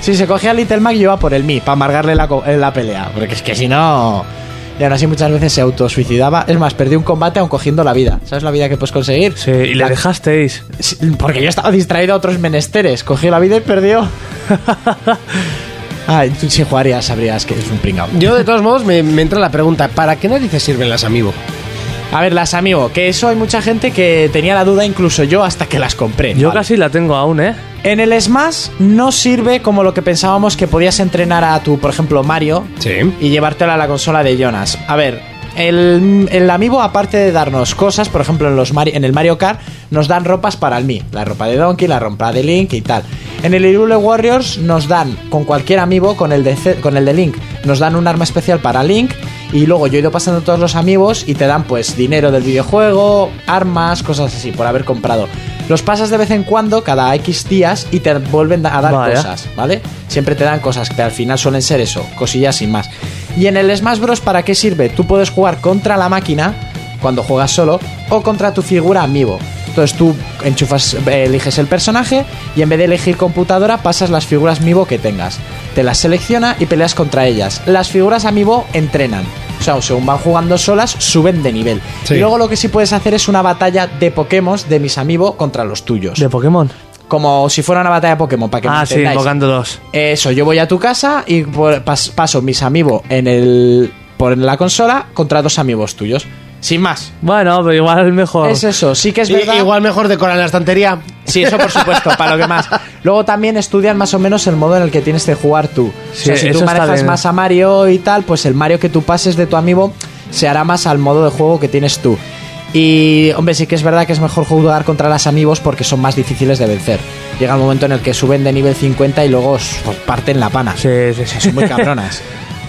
Si se cogía a Little Mac, yo iba por el Mi, para amargarle la, co- eh, la pelea. Porque es que si no. Y aún así muchas veces se autosuicidaba. Es más, perdí un combate aun cogiendo la vida. ¿Sabes la vida que puedes conseguir?
Sí, y le
La-
dejasteis.
Sí, Porque yo estaba distraído a otros menesteres. Cogió la vida y perdió. Ay, tú si jugarías sabrías que es un pringao.
Yo, de todos modos, me, me entra la pregunta: ¿para qué narices sirven las amigo?
A ver, las amigo, que eso hay mucha gente que tenía la duda incluso yo hasta que las compré.
Yo
Vale.
casi la tengo aún, ¿eh?
En el Smash no sirve como lo que pensábamos que podías entrenar a tu, por ejemplo, Mario
Sí.
y llevártela a la consola de Jonas. A ver, el, el amiibo, aparte de darnos cosas, por ejemplo, en, los Mari- en el Mario Kart, nos dan ropas para el Mi. La ropa de Donkey, la ropa de Link y tal. En el Irule Warriors nos dan, con cualquier amiibo, con el de, Ce- con el de Link, nos dan un arma especial para Link. Y luego yo he ido pasando todos los amigos y te dan pues dinero del videojuego, armas, cosas así, por haber comprado. Los pasas de vez en cuando, cada X días, y te vuelven a dar
Vaya.
cosas. ¿vale? Siempre te dan cosas que al final suelen ser eso, cosillas sin más. Y en el Smash Bros, ¿para qué sirve? Tú puedes jugar contra la máquina cuando juegas solo o contra tu figura amiibo. Entonces tú enchufas, eh, eliges el personaje y en vez de elegir computadora pasas las figuras amiibo que tengas. Te las selecciona y peleas contra ellas. Las figuras amiibo entrenan. O sea, según van jugando solas, suben de nivel.
Sí.
Y luego lo que sí puedes hacer es una batalla de Pokémon de mis amiibo contra los tuyos.
De Pokémon.
Como si fuera una batalla de Pues, Pokémon, para que me
Ah, sí,
entendáis.
invocándolos.
Eso, yo voy a tu casa y por- pas- paso mis amigos en el por la consola contra dos amigos tuyos. Sin más.
Bueno, pero igual mejor.
Es eso, sí que es verdad.
I- igual mejor decorar la estantería.
Sí, eso por supuesto, para lo que más. Luego también estudian más o menos el modo en el que tienes que jugar tú.
Sí,
o sea, si
eso
tú
está
manejas
bien.
más a Mario y tal, pues el Mario que tú pases de tu amigo se hará más al modo de juego que tienes tú. Y, hombre, sí que es verdad que es mejor jugar contra las amigos porque son más difíciles de vencer. Llega el momento en el que suben de nivel 50 y luego os os parten la pana.
Sí, sí, sí.
Son muy cabronas.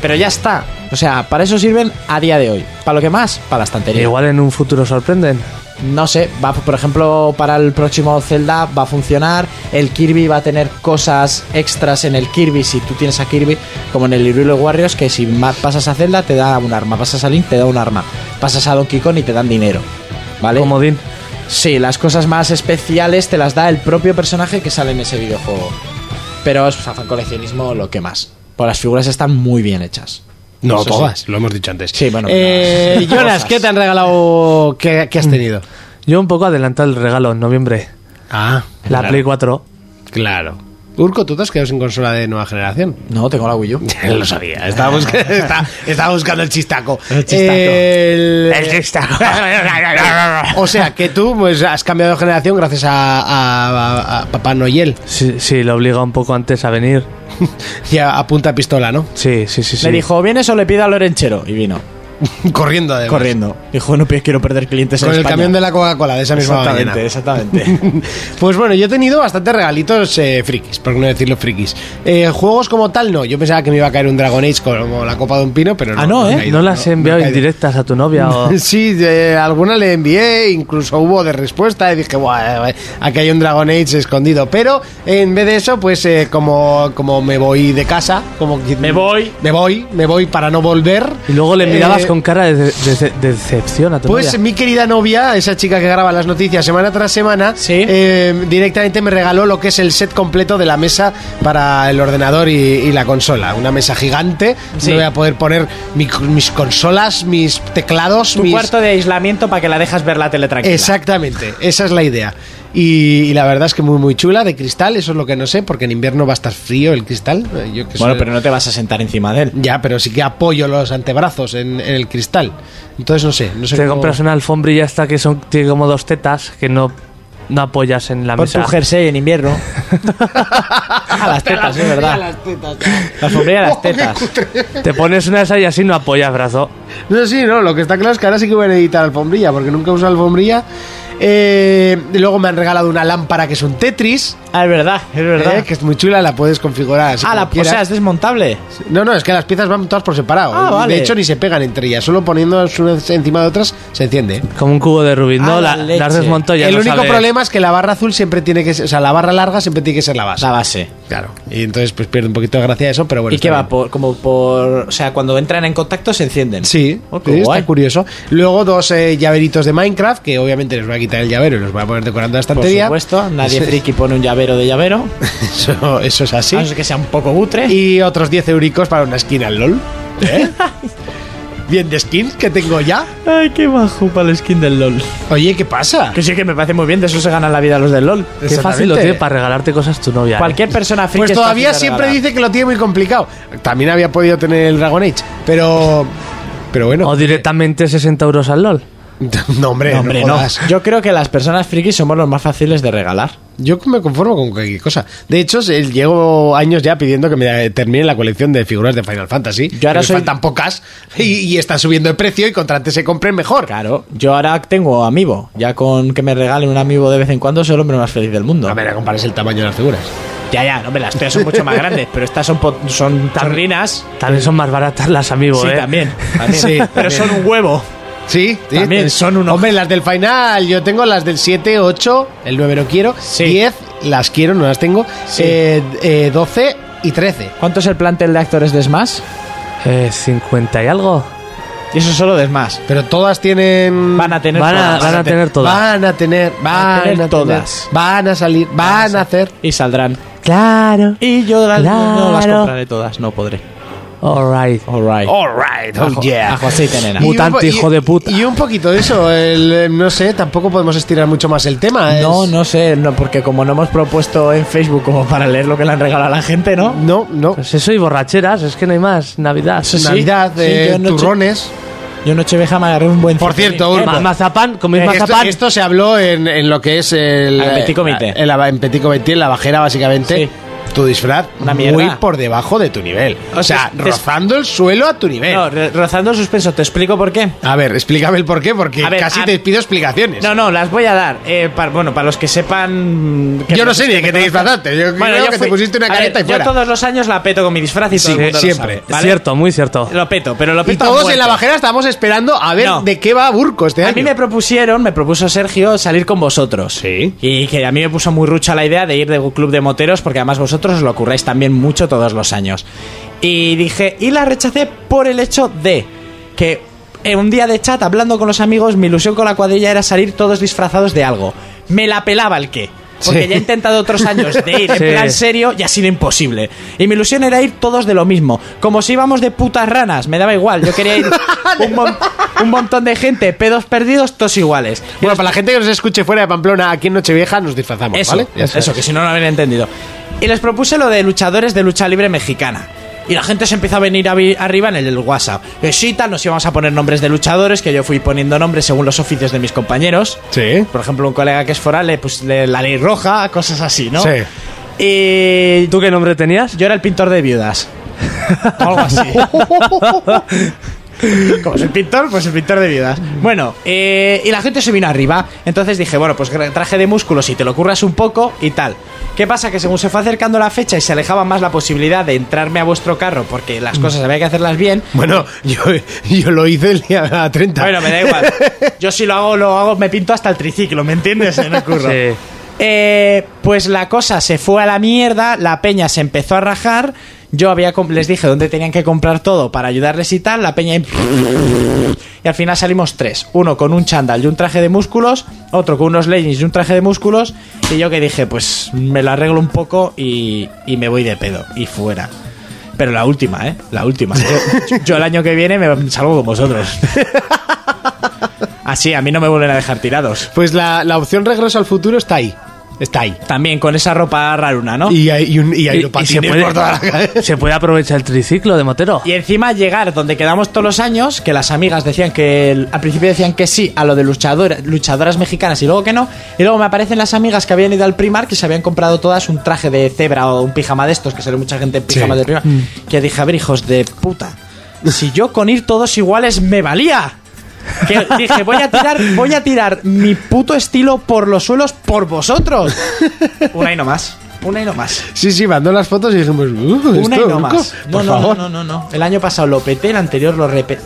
Pero ya está. O sea, para eso sirven a día de hoy. ¿Para lo que más? Para la estantería.
Igual en un futuro sorprenden.
no sé, va, por ejemplo, para el próximo Zelda va a funcionar. El Kirby va a tener cosas extras en el Kirby si tú tienes a Kirby, como en el Hyrule Warriors, que si ma- pasas a Zelda te da un arma, pasas a Link te da un arma, pasas a Donkey Kong y te dan dinero. ¿Vale?
Comodín.
Sí, las cosas más especiales te las da el propio personaje que sale en ese videojuego. Pero es fan coleccionismo lo que más. Por las figuras están muy bien hechas.
No,
Eso sí.
todas, Ah, lo hemos dicho antes.
Sí, bueno.
Eh,
pero-
Jonas, ¿qué te han regalado que, que has tenido?
Yo un poco adelantado el regalo en noviembre. Ah. La
claro.
Play 4.
Claro. Urco, tú te has quedado sin consola de nueva generación.
No, tengo la Wii U.
lo sabía, estaba, busca- está- estaba buscando el chistaco. El
chistaco.
El chistaco. o sea, que tú pues, has cambiado de generación gracias a, a- a- a Papá Noel.
Sí, sí, lo obliga un poco antes a venir.
Ya apunta pistola, ¿no?
Sí, sí, sí. sí.
Le dijo, ¿vienes o le pido al Lorenchero? Y vino.
Corriendo, además.
Corriendo. Dijo, no pi- quiero perder clientes
Con
en
el
España".
camión de la Coca-Cola de esa misma
Exactamente,
mañana.
exactamente.
Pues bueno, yo he tenido bastantes regalitos eh, frikis, por no decirlo frikis. Eh, juegos como tal, no. Yo pensaba que me iba a caer un Dragon Age como la copa de un pino, pero no.
Ah, no,
me
¿eh?
ha caído,
no las he enviado
me ha caído.
indirectas a tu novia o...
Sí, de- alguna le envié, incluso hubo de respuesta y dije, "Buah, eh, aquí hay un Dragon Age escondido. Pero eh, en vez de eso, pues eh, como, como me voy de casa, como que-
Me voy.
me voy, me voy para no volver.
Y luego le mirabas
Eh,
con cara de, de- de- de decepción a tu
Pues
novia.
mi querida novia, esa chica que graba las noticias semana tras semana, eh, directamente me regaló lo que es el set completo de la mesa para el ordenador y, y la consola. Una mesa gigante,
Sí.
no voy a poder poner mi- mis consolas, mis teclados,
Tu
mis...
cuarto de aislamiento para que la dejas ver la tele tranquila.
Exactamente, esa es la idea. Y, y la verdad es que muy muy chula, de cristal, eso es lo que no sé, porque en invierno va a estar frío el cristal. eh, Yo que
Bueno,
soy-
pero no te vas a sentar encima de él.
Ya, pero sí que apoyo los antebrazos en, en el cristal. Entonces no sé, no sé
Te
cómo-
compras una alfombrilla esta que son, tiene como dos tetas que no, no apoyas en la
Ah,
Pon
mesa.
tu jersey en invierno. a las tetas, es verdad. La sombrilla a las tetas.
Te pones una de esas y así no apoyas brazo.
No, sí, no, lo que está claro es que ahora sí que voy a necesitar alfombrilla, porque nunca he usado alfombrilla. Eh, y luego me han regalado una lámpara que es un Tetris,
Ah, es verdad, es verdad.
eh, que es muy chula, la puedes configurar. así
Ah,
como
la, o
quieras.
sea, es desmontable.
No, no, es que las piezas van todas por separado.
Ah,
Y
vale.
De hecho, ni se pegan entre ellas, solo poniéndolas unas encima de otras se enciende.
Como un cubo de Rubik,
Ah,
¿no?
la
La,
leche.
las desmontó ya
El
no
único
sabes.
problema es que la barra azul siempre tiene que ser, o sea, la barra larga siempre tiene que ser la base.
La base.
Claro. Y entonces, pues pierde un poquito de gracia eso, pero bueno.
¿Y qué
está
va?
bien.
Por, como por. O sea, cuando entran en contacto se encienden.
Sí,
Oh, qué
sí,
guay.
está curioso. Luego dos eh, llaveritos de Minecraft, que obviamente les voy a quitar el llavero y los voy a poner decorando la
Por
estantería.
supuesto, nadie friki pone un llavero de llavero.
Eso, eso es así.
A no ser que sea un poco butre.
Y otros 10 euricos para una skin al LOL. ¿Eh? Bien de skins que tengo ya.
Ay, qué bajo para el skin del LOL.
Oye, ¿qué pasa?
Que sí, que me parece muy bien, de eso se ganan la vida los del LOL.
Qué fácil lo tiene para regalarte cosas tu novia. ¿eh?
Cualquier persona friki.
Pues
es fácil
todavía
de
siempre
regalar.
dice que lo tiene muy complicado. También había podido tener el Dragon Age, pero. Pero bueno.
O directamente 60 euros al LOL.
No, hombre,
No, hombre, no.
jodas.
Yo creo que las personas frikis somos los más fáciles de regalar.
Yo me conformo con cualquier cosa. De hecho, se- llevo años ya pidiendo que me eh, termine la colección de figuras de Final Fantasy.
Yo ahora
que me
soy-
faltan pocas y, y están subiendo de precio y contra antes se compren mejor.
Claro, yo ahora tengo amiibo. Ya con que me regalen un amiibo de vez en cuando soy el hombre más feliz del mundo.
A ver, compares el tamaño de las figuras.
Ya, ya, no, hombre, las tuyas son mucho más grandes, pero estas son, po- son tamrinas.
También son más baratas las amigos,
Sí,
¿eh?
también. también.
Sí,
pero son un huevo.
Sí, sí,
También
ten-
son unos-
Hombre, las del final, yo tengo las del 7, 8, el 9 no quiero, 10 las quiero, no las tengo,
Sí.
eh, eh, 12 y 13.
¿Cuánto es el plantel de actores de Smash?
Eh, 50 y algo.
Y eso solo de Smash.
Pero todas tienen...
Van a tener
Van a,
todas.
van a tener todas.
Van a tener, van,
a
a
tener
tener,
todas.
van a salir, van a hacer...
Y saldrán.
Claro.
Y yo las- no las
Claro.
compraré todas, no podré.
Alright.
Alright.
Alright,
Ajo- ajo aceite, nena.
Y un
Mutante,
po- y-
hijo de puta.
Y un poquito de eso, el, eh, no sé, tampoco podemos estirar mucho más el tema. es-
No, no sé, no, porque como no hemos propuesto en Facebook como para leer lo que le han regalado a la gente, ¿no?
No, no.
Pues eso y borracheras, es que no hay más. Navidad.
Eso sí.
Navidad,
Sí,
eh,
yo no-
turrones.
Yo en Nochevieja me agarré un buen
Por
cepelín.
cierto,
Eh,
Urco.
Ma- mazapán, coméis
Eh,
Esto,
mazapán.
esto se habló en, en lo que es el.
Ah, en Petit Comité.
eh, el- en Petit Comité, en la bajera, básicamente.
Sí.
tu disfraz
Una mierda.
muy por debajo de tu nivel.
O
O sea,
sea, te-
rozando el suelo a tu nivel.
No, re- rozando el suspenso, te explico por qué.
A ver, explícame el por qué, porque
A ver,
casi
a-
te pido explicaciones.
No, no, las voy a dar. Eh, para, bueno, para los que sepan. que
yo no
los
sé ni de qué te
conozcan.
disfrazaste. Yo creo
yo
que
fui-
te pusiste una
a ver,
careta y
Yo
fuera.
todos los años la peto con mi disfraz y todo el
Sí,
mundo lo
siempre.
sabe, ¿vale?
Cierto, muy cierto.
Lo peto, pero lo peto.
Y
a
todos en
muerte.
la bajera estábamos esperando a ver
No.
de qué va Burco este
A
año.
mí me propusieron, me propuso Sergio salir con vosotros.
Sí.
Y que a mí me puso muy rucha la idea de ir de club de moteros, porque además vosotros os lo curráis también mucho todos los años. Y dije, y la rechacé por el hecho de que en un día de chat, hablando con los amigos, mi ilusión con la cuadrilla era salir todos disfrazados de algo. Me la pelaba el qué. Porque
Sí.
ya he intentado otros años de ir en
Sí.
plan serio y ha sido imposible. Y mi ilusión era ir todos de lo mismo. Como si íbamos de putas ranas, me daba igual. Yo quería ir un, mon- un montón de gente, pedos perdidos, todos iguales.
Bueno, para la gente que nos escuche fuera de Pamplona, aquí en Nochevieja nos disfrazamos,
Eso,
¿vale? Ya
eso,
sabes.
que si no, no lo habrían entendido. Y les propuse lo de luchadores de lucha libre mexicana. Y la gente se empezó a venir a vi- arriba en el WhatsApp. Que sí, tal, nos íbamos a poner nombres de luchadores, que yo fui poniendo nombres según los oficios de mis compañeros.
Sí.
Por ejemplo, un colega que es foral le puse le- la ley roja, cosas así, ¿no?
Sí.
Y
¿Tú qué nombre tenías?
yo era el pintor de viudas. O algo así. Como soy pintor, pues el pintor de viudas. Bueno, eh, y la gente se vino arriba. Entonces dije, bueno, pues gra- traje de músculos y te lo curras un poco y tal. ¿Qué pasa? Que según se fue acercando la fecha y se alejaba más la posibilidad de entrarme a vuestro carro porque las cosas había que hacerlas bien.
Bueno, yo, yo lo hice el día 30.
Bueno, me da igual. Yo si lo hago, lo hago, me pinto hasta el triciclo, ¿me entiendes? En el curro.
Sí.
Eh, pues la cosa se fue a la mierda, la peña se empezó a rajar. Yo había com- les dije dónde tenían que comprar todo para ayudarles y tal. La peña. Y, y al final salimos tres: uno con un chándal y un traje de músculos, otro con unos leggings y un traje de músculos. Y yo que dije, pues me lo arreglo un poco y, y me voy de pedo y fuera. Pero la última, ¿eh? La última. Yo, yo el año que viene me salgo con vosotros. Así, a mí no me vuelven a dejar tirados.
Pues la, la opción regreso al futuro está ahí. Está ahí.
También con esa ropa raruna, ¿no?
Y hay, y un, y hay
Y- y se,
patines
puede,
por toda la cabeza.
se puede aprovechar el triciclo de motero.
Y encima llegar donde quedamos todos los años, que las amigas decían que el- al principio decían que sí a lo de luchadora- luchadoras mexicanas y luego que no. Y luego me aparecen las amigas que habían ido al Primark y se habían comprado todas un traje de cebra o un pijama de estos, que sale mucha gente en pijama de Primark. Que dije, a ver, hijos de puta, si yo con ir todos iguales me valía. Que dije, voy a tirar, voy a tirar mi puto estilo por los suelos por vosotros. Una y no más. Una y no más.
Sí, sí, mandó las fotos y dijimos, "Uh,
Una y
esto,
no
Urco,
más. No,
por
no,
favor.
no, no, no, no. El año pasado lo peté, el anterior lo repeté.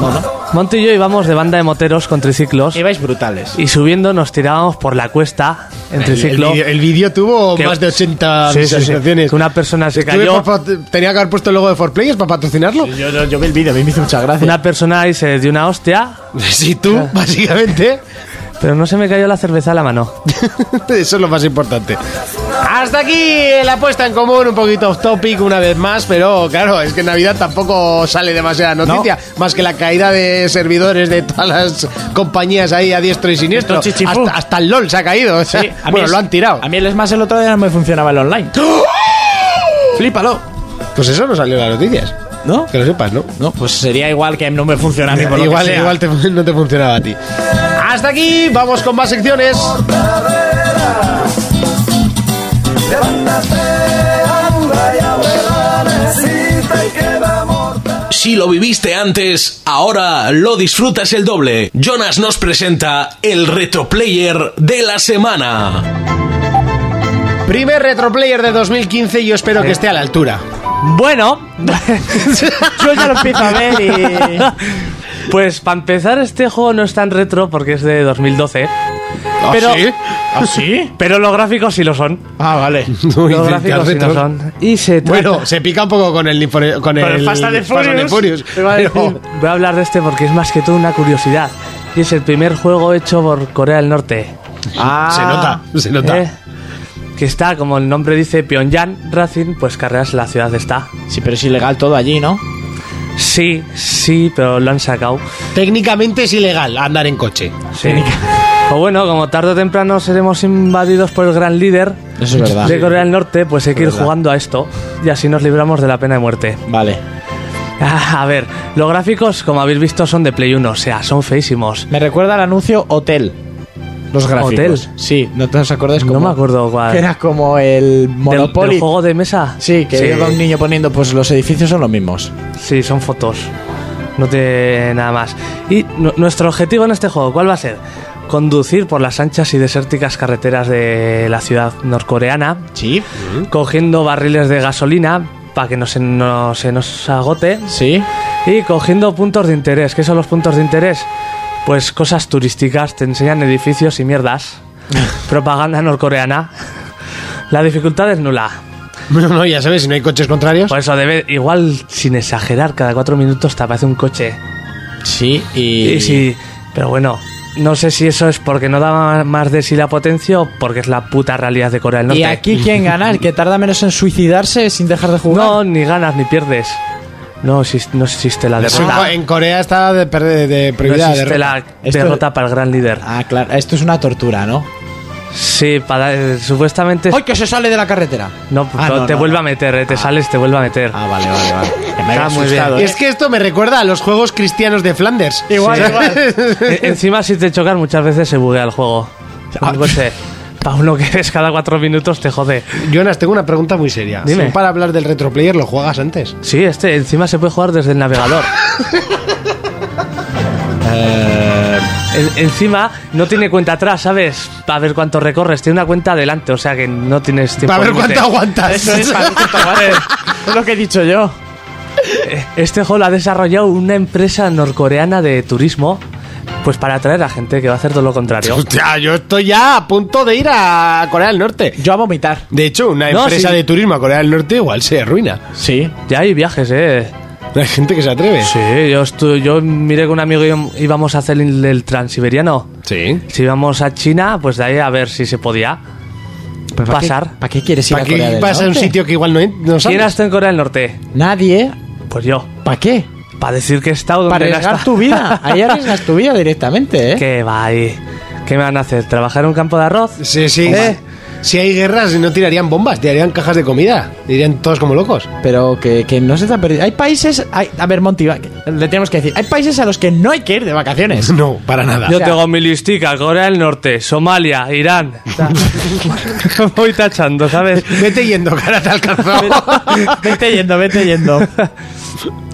No, no.
Monty y yo íbamos de banda de moteros con triciclos
Ibais brutales.
y subiendo nos tirábamos por la cuesta en
El- El,
triciclo.
vídeo- el vídeo tuvo
Que-
más de 80
Sí, sí, sí.
visualizaciones.
Que una persona se
Estuve
cayó.
por pat- tenía que haber puesto el logo de 4Players para patrocinarlo.
Yo, yo, vi el vídeo, me hizo muchas gracias.
Una persona ahí se dio una hostia,
Sí, tú, básicamente.
pero no se me cayó la cerveza a la mano.
Eso es lo más importante. Hasta aquí la puesta en común, un poquito off topic una vez más, pero claro, es que en Navidad tampoco sale demasiada noticia, más que la caída de servidores de todas las compañías ahí a diestro y siniestro.
Esto es chichifú.
Hasta, hasta el LOL se ha caído. o sea,
Sí, a mí
bueno,
es-
lo han tirado. ¡Oh!
A mí el Smash el otro día no me funcionaba el online. Flípalo.
Pues eso no salió en las noticias.
¿No?
Que lo sepas, ¿no?
No, pues sería igual que no me funciona a mí por lo que
Igual,
sea.
igual te- no te funcionaba a ti. Hasta aquí, vamos con más secciones.
Si lo viviste antes, ahora lo disfrutas el doble. Jonas nos presenta el retroplayer de la semana.
Primer retroplayer de 2015 y yo espero que esté a la altura.
Bueno,
Yo ya lo empiezo a ver y.
pues para empezar este juego no es tan retro porque es de 2012, Pero-
¿sí?
¿Ah, sí?
pero los gráficos sí lo son.
Ah, vale.
Uy,
Los
del
gráficos sí lo
carretón.
son. Y se trata-
Bueno, se pica un poco con el Need for- con,
Con el Fast and the Furious. Te iba a decir,
pero-
Voy a hablar de este porque es más que todo una curiosidad. Y es el primer juego hecho por Corea del Norte. Ah.
se nota, se nota.
¿eh? Que está, como el nombre dice, Pyongyang Racing, pues carreras en la ciudad está.
Sí, pero es ilegal todo allí, ¿no?
Sí, sí, pero lo han sacado.
Técnicamente es ilegal andar en coche.
Sí. O Pues bueno, como tarde o temprano seremos invadidos por el gran líder
Eso es verdad.
de Corea del Norte, pues hay que ir jugando a esto y así nos libramos de la pena de muerte.
Vale.
Ah, a ver, los gráficos, como habéis visto, son de Play 1, o sea, son feísimos.
Me recuerda al anuncio Hotel. Los gráficos.
Hotel.
Sí, ¿no te os acordáis
No
cómo?
me acuerdo cuál.
Que era como el
¿Del-
Monopoly.
¿Del juego de mesa?
Sí, que lleva un niño poniendo, pues los edificios son los mismos.
Sí, son fotos. No tiene nada más. Y nu- nuestro objetivo en este juego, ¿cuál va a ser? Conducir por las anchas y desérticas carreteras de la ciudad norcoreana,
Sí.
cogiendo barriles de gasolina para que no se, no se nos agote
Sí.
y cogiendo puntos de interés. ¿Qué son los puntos de interés? Pues cosas turísticas, te enseñan edificios y mierdas.
Mm.
Propaganda norcoreana. La dificultad es nula.
No, no, ya sabes, si no hay coches contrarios.
Por eso debe, igual sin exagerar, cada cuatro minutos te aparece un coche.
Sí, y.
Sí, sí, pero bueno, no sé si eso es porque no da más de sí la potencia o porque es la puta realidad de Corea del Norte.
Y aquí quién gana, el que tarda menos en suicidarse sin dejar de jugar.
no, ni ganas ni pierdes. No, exis- no existe la
Eso en Co-
derrota.
en Corea está de, per- de- de
No
prohibida de
existe la
Esto-
derrota para el gran líder.
Ah, claro, esto es una tortura, ¿no?
Sí, para, eh, supuestamente...
¡Ay, que se sale de la carretera!
No,
Ah,
no,
no,
te
no,
vuelve
no.
a meter, eh, te sales, te vuelve a meter.
Ah, vale, vale, vale. Me había
Está muy bien.
asustado, ¿eh?
Es que esto me recuerda a los juegos cristianos de Flanders.
Igual, igual.
Eh, Encima, si te chocas, muchas veces se buguea el juego.
Ah.
Un coche. Para uno que ves cada cuatro minutos, te jode.
Jonas, tengo una pregunta muy seria.
Dime.
Tú Para hablar del retroplayer, ¿lo juegas antes?
Sí, este, encima se puede jugar desde el navegador. Eh, En- encima no tiene cuenta atrás, ¿sabes? Para ver cuánto recorres, tiene una cuenta adelante, o sea que no tienes tiempo.
Para ver
límite.
cuánto aguantas.
Eso es, para mí, puto madre. Es lo que he dicho yo.
Este juego lo ha desarrollado una empresa norcoreana de turismo, pues para atraer a gente que va a hacer todo lo contrario.
Hostia, yo estoy ya a punto de ir a Corea del Norte.
Yo a vomitar.
De hecho, una
No,
empresa
sí.
de turismo a Corea del Norte igual se arruina.
Sí.
Ya hay viajes, ¿eh?
No hay gente que se atreve.
Sí, yo, estu- yo miré con un amigo y íbamos a hacer el, el transiberiano.
Sí.
Si íbamos a China, pues de ahí a ver si se podía pasar.
Pues ¿Para qué quieres ir a
¿Para
Corea
qué
del
pasa en un
Norte?
sitio que igual no, no
¿Quién ha
sabes?
estado en Corea del Norte?
Nadie.
Pues yo.
¿Para qué?
Para decir que he estado donde
Para
no he
arriesgar
estado.
tu vida. Ahí arriesgas tu vida directamente, ¿eh?
¿Qué va ahí? ¿Qué me van a hacer? ¿Trabajar en un campo de arroz?
Sí, sí.
¿Eh?
Si hay guerras, no tirarían bombas, tirarían cajas de comida. Irían todos como locos.
Pero que, que no se te ha perdido. Hay países. hay- a ver, Monty, va- le tenemos que decir. Hay países a los que no hay que ir de vacaciones.
No, para nada.
Yo
sea-
tengo mi listica, Corea del Norte, Somalia, Irán. O sea, Voy tachando, ¿sabes?
Vete yendo, cara, te alcanzó.
vete yendo, vete yendo.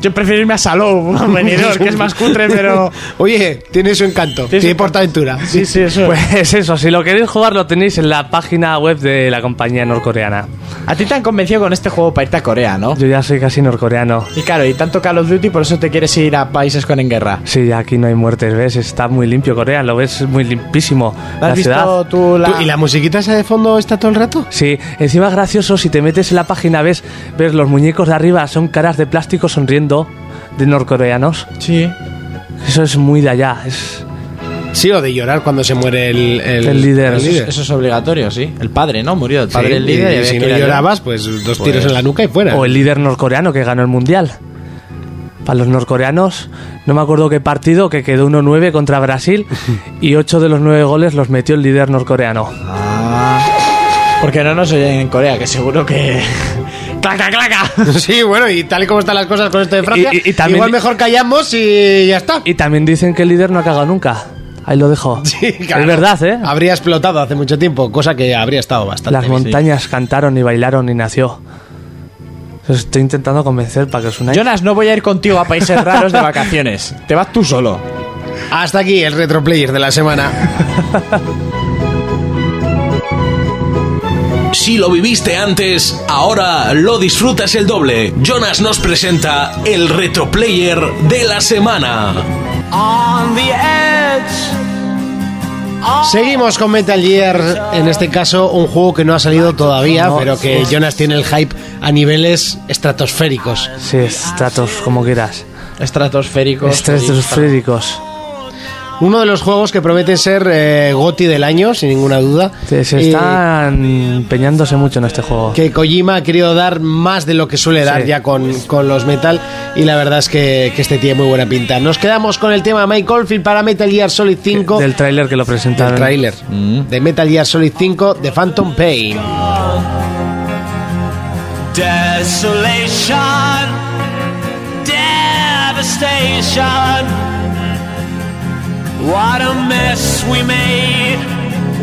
Yo prefiero irme a Salou, a Benidorm, que es más cutre, pero.
Oye, tiene su encanto.
Tiene su
Tiene
encanto.
PortAventura.
Sí, sí, eso.
Pues eso, si lo queréis jugar lo tenéis en la página web de la compañía norcoreana.
A ti te han convencido con este juego para irte a Corea, ¿no?
Yo ya soy casi norcoreano.
Y claro, y tanto Call of Duty, por eso te quieres ir a países con en guerra.
Sí, aquí no hay muertes, ¿ves? Está muy limpio Corea, lo ves muy limpísimo. La
¿Has visto
ciudad.
tú la.?
Tú, ¿Y la musiquita esa de fondo está todo el rato?
Sí, encima es gracioso si te metes en la página, ves, ves los muñecos de arriba, son caras de plástico sonriendo de norcoreanos.
Sí.
Eso es muy de allá. Es...
Sí, o de llorar cuando se muere el,
El líder.
Eso, es- eso es obligatorio, sí. El padre, ¿no? Murió el padre
Sí,
el
y-
líder.
y
había
si
que
no
ir allá.
llorabas, pues dos tiros en la nuca y fuera.
O el líder norcoreano que ganó el mundial. Para los norcoreanos, no me acuerdo qué partido, que quedó 1-9 contra Brasil y 8 de los 9 goles los metió el líder norcoreano.
Porque no nos oyen en Corea, que seguro que. ¡Claca, claca!
Sí, bueno, y tal y como están las cosas con esto de Francia,
Y- y- y también-
igual mejor callamos y ya está.
Y también dicen que el líder no ha cagado nunca. Ahí lo dejo.
Sí, claro. Ah,
Es verdad, ¿eh?
Habría explotado hace mucho tiempo, cosa que habría estado bastante.
Las montañas cantaron y bailaron y nació. Os estoy intentando convencer para que os unáis.
Jonas, no voy a ir contigo a países raros de vacaciones. Te vas tú solo.
Hasta aquí el retroplayer de la semana.
Si lo viviste antes, ahora lo disfrutas el doble. Jonas nos presenta el retroplayer de la semana.
Seguimos con Metal Gear, en este caso un juego que no ha salido todavía, pero que Jonas tiene el hype a niveles estratosféricos.
Sí,
Ah,
estratos, como quieras.
Estratosféricos.
Estratosféricos.
Uno de los juegos que promete ser eh, Goti del año, sin ninguna duda.
Se, se
Y-
están empeñándose mucho en este juego.
que Kojima ha querido dar más de lo que suele dar
Sí.
ya con, con los metal y la verdad es que, que este tiene muy buena pinta. Nos quedamos con el tema Mike Oldfield para Metal Gear Solid 5
Del tráiler que lo presentaron.
del tráiler de Metal Gear Solid 5 de Phantom Pain.
Desolation, devastation. What a mess we made.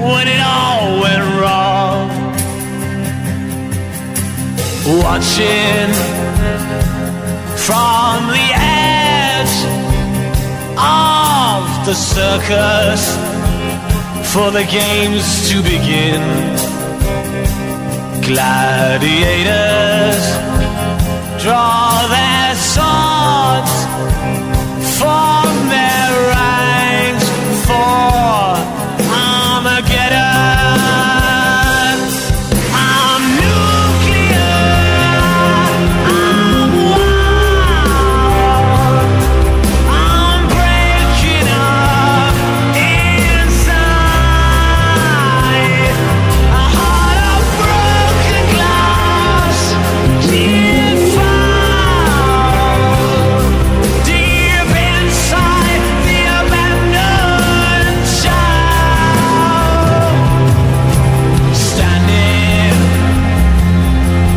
when it all went wrong. Watching from the edge of the circus for the games to begin. Gladiators draw their swords, form their ranks for Armageddon. I'm nuclear. I'm wild. I'm breaking up inside. A heart of broken glass, deep deep inside the abandoned child, standing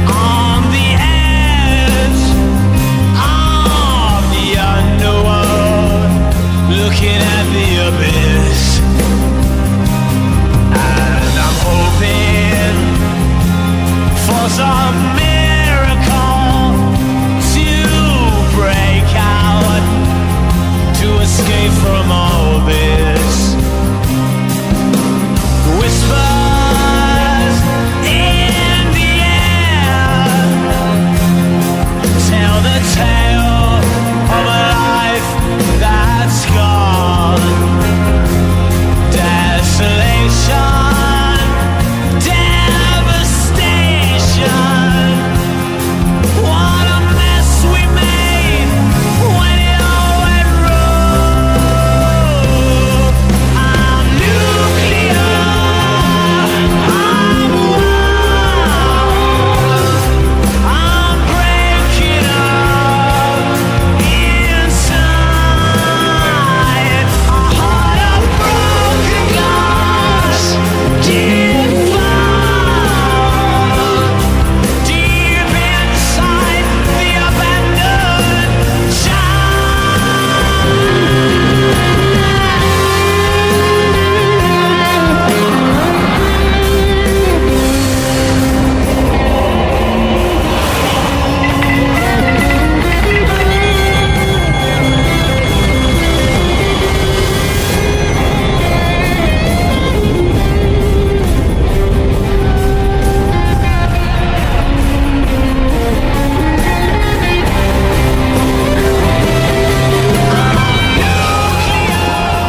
on the edge of the underworld, looking at the abyss, and I'm hoping for some miracle to break out, to escape from all this. Whispers in the air tell the tale of a life that's gone. Desolation, devastation. What a mess we made when it all went wrong. I'm nuclear. I'm wild. I'm breaking up inside a heart of broken glass, deep deep inside the abandoned child.